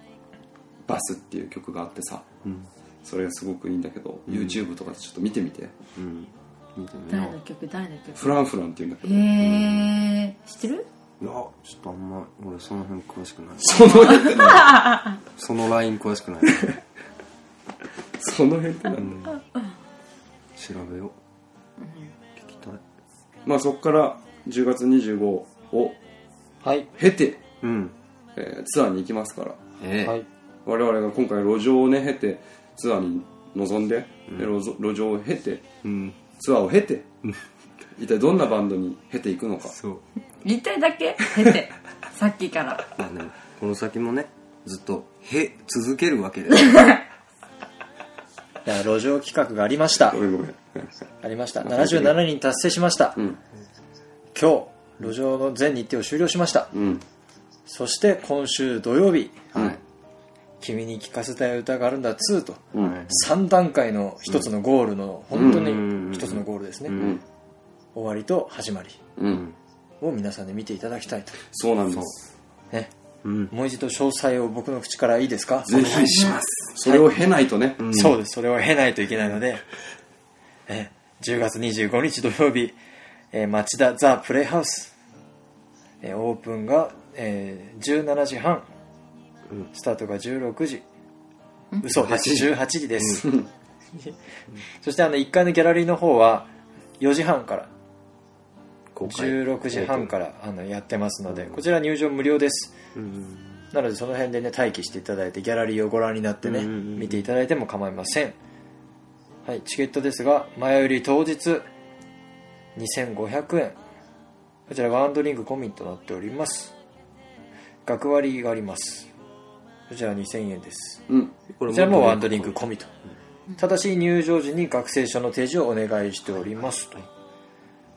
「バス」っていう曲があってさ、それがすごくいいんだけど、YouTube とかでちょっと見てみて
見てみよ
誰
う
の曲誰の曲
フランフランっていうんだけ ど、
へえ知ってる
いやちょっとあんま俺その辺詳しくない
その辺ってなんだ
そのライン詳しくない
その辺ってなんだ、
調べよう聞きたい
まあそこから10月25を
はい。
経て、
うん
えーツアーに行きますから
え
はい。
我々が今回路上をね経てツアーに臨んで、で路上路上を経て
えうん
ツアーを経て一体どんなバンドに経ていくのか
そう
一体だけ経て さっきから
まあねこの先もねずっとへ続けるわけで
いや路上企画がありました
ご。めんごめん
ありました。77人達成しました。
ん
今日、路上の全日程を終了しました。
うん
そして今週土曜日、
はい
君に聴かせたい歌があるんだ2と、
うん、
はい
3段階の一つのゴールの、本当に一つのゴールですね。
うん
終わりと始まり
うん、
を皆さんで見ていただきたいと。
そうなんです
ね。
うん
もう一度詳細を僕の口からいいですか
ぜひしますそれを経ないとね、
そうです。それを経ないといけないので、え10月25日土曜日、えー町田ザ・プレイハウス、えーオープンが、えー17時半、スタートが16時、嘘です、18時です。 そしてあの1階のギャラリーの方は4時半から、
公開
16時半からあのやってますので、こちら入場無料です。
うん
なのでその辺でね待機していただいてギャラリーをご覧になってね、
うんうんうん
見ていただいても構いませんはいチケットですが前売り当日2500円こちらワンドリンク込みとなっております学割がありますこちら2000円です
うん、
こ
こちらもワンドリンク込みとただし入場時に学生証の提示をお願いしておりますと、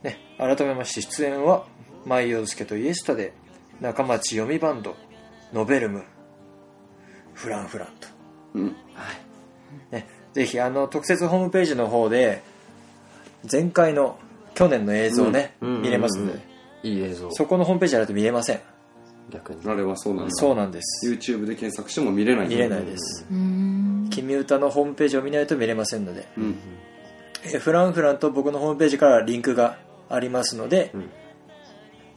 ね、改めまして出演は「マイヨウスケとイエスタで」中町読みバンドノベルムフランフランと、
うん
ね、ぜひあの特設ホームページの方で前回の去年の映像ね、
うんうん
見れますので、
うんいい映像
そこのホームページじゃないと見れません、
逆に
あれはそうなんだ
そうなんです、
YouTube で検索しても見れない
見れないです
うーん
君歌のホームページを見ないと見れませんので
うん
えーフランフランと僕のホームページからリンクがありますので、
ん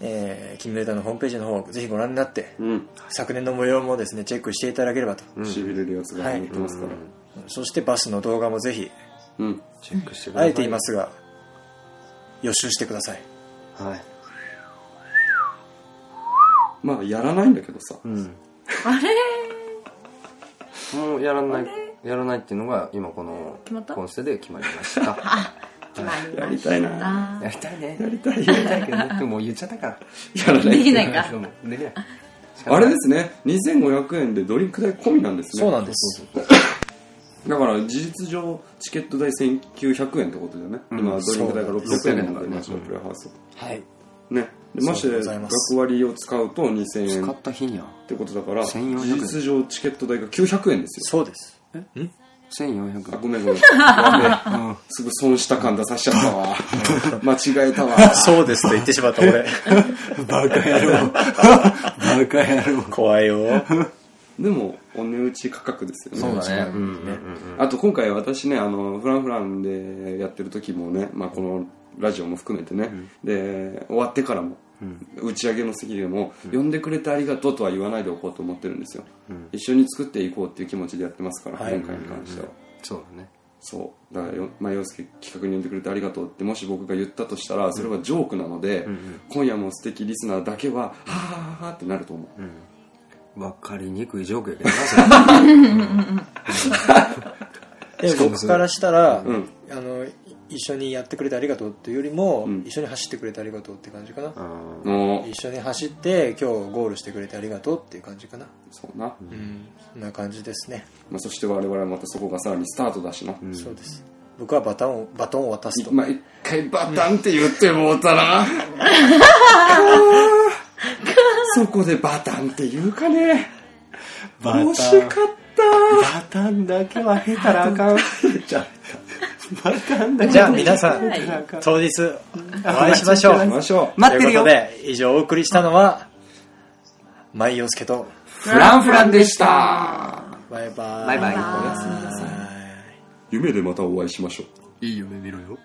えー、金メダルのホームページの方をぜひご覧になって、
うん
昨年の模様もですねチェックしていただければと、
しびれるやつが入ってますから
そしてバスの動画もぜひ
うん
チェックしてくだ
あ
さい
えて言いますが予習してください
はい
まあやらないんだけどさ、
うん
あれ
もうやらないやらないっていうのが今この
決まった
コンセで決まり ました
決まり
や
ま
り
した
いな
た
やりたいね
やりたい
やりたいけどねでももう言っちゃったから
やらな
で
い
き ないか
でもできない
あれですね2500円でドリンク代込みなんですね
そうなんです
だから事実上チケット代1900円ってことだよね、
ん
今ドリンク代が
そう
600円なんだよ
600円
ね
だね
ナショナルプレイハウス
はい
ねでまし
そ
て
うでございます
学割を使うと2000円
使
っ
った日には
てことだから事
1400円
実上チケット代が900円です
そ
よ
うです
あ
1400円
ごめんごめんやべえ
うん
すぐ損した感出さしちゃったわ間違えたわ
そうですと言ってしまった 俺
バカ野郎バカ野郎
怖いよ
でもお値打ち価格ですよね
そうだねうんうん
あと今回私ねあのフランフランでやってる時もね、まあ、このラジオも含めてね、で終わってからも、打ち上げの席でも、呼んでくれてありがとうとは言わないでおこうと思ってるんですよ、一緒に作っていこうっていう気持ちでやってますから、
はい
今回に関しては、
そうだね
そうだからよ、まあ、洋介企画に呼んでくれてありがとうってもし僕が言ったとしたらそれはジョークなので、今夜も素敵リスナーだけははあはあはあってなると思う、
わかりにくいジョークやけどなそれ
で僕からしたら、
うん
あのい一緒にやってくれてありがとうっていうよりも、
うん
一緒に走ってくれてありがとうって感じかな、
あー
おー
一緒に走って今日ゴールしてくれてありがとうっていう感じかな
そうな、
うんそんな感じですね、
まあ、そして我々はまたそこがさらにスタートだしな、
うん
そうです僕はバトンをバトンを渡すと、
まあ、一回バタンって言ってもうた なあーそこでバタンって言うかね
バタン
惜しかった
バタンだけは下手らあかん。じゃバタンだけ
じゃあ皆さ
はい
ん当日お会いしましょう
行きましょう
待ってるよ
ということで以上お送りしたのは舞陽介と
フランフランでした
バイバイ
バイバイ。
バイ
夢でまたお会いしましょう
いい夢見ろよ。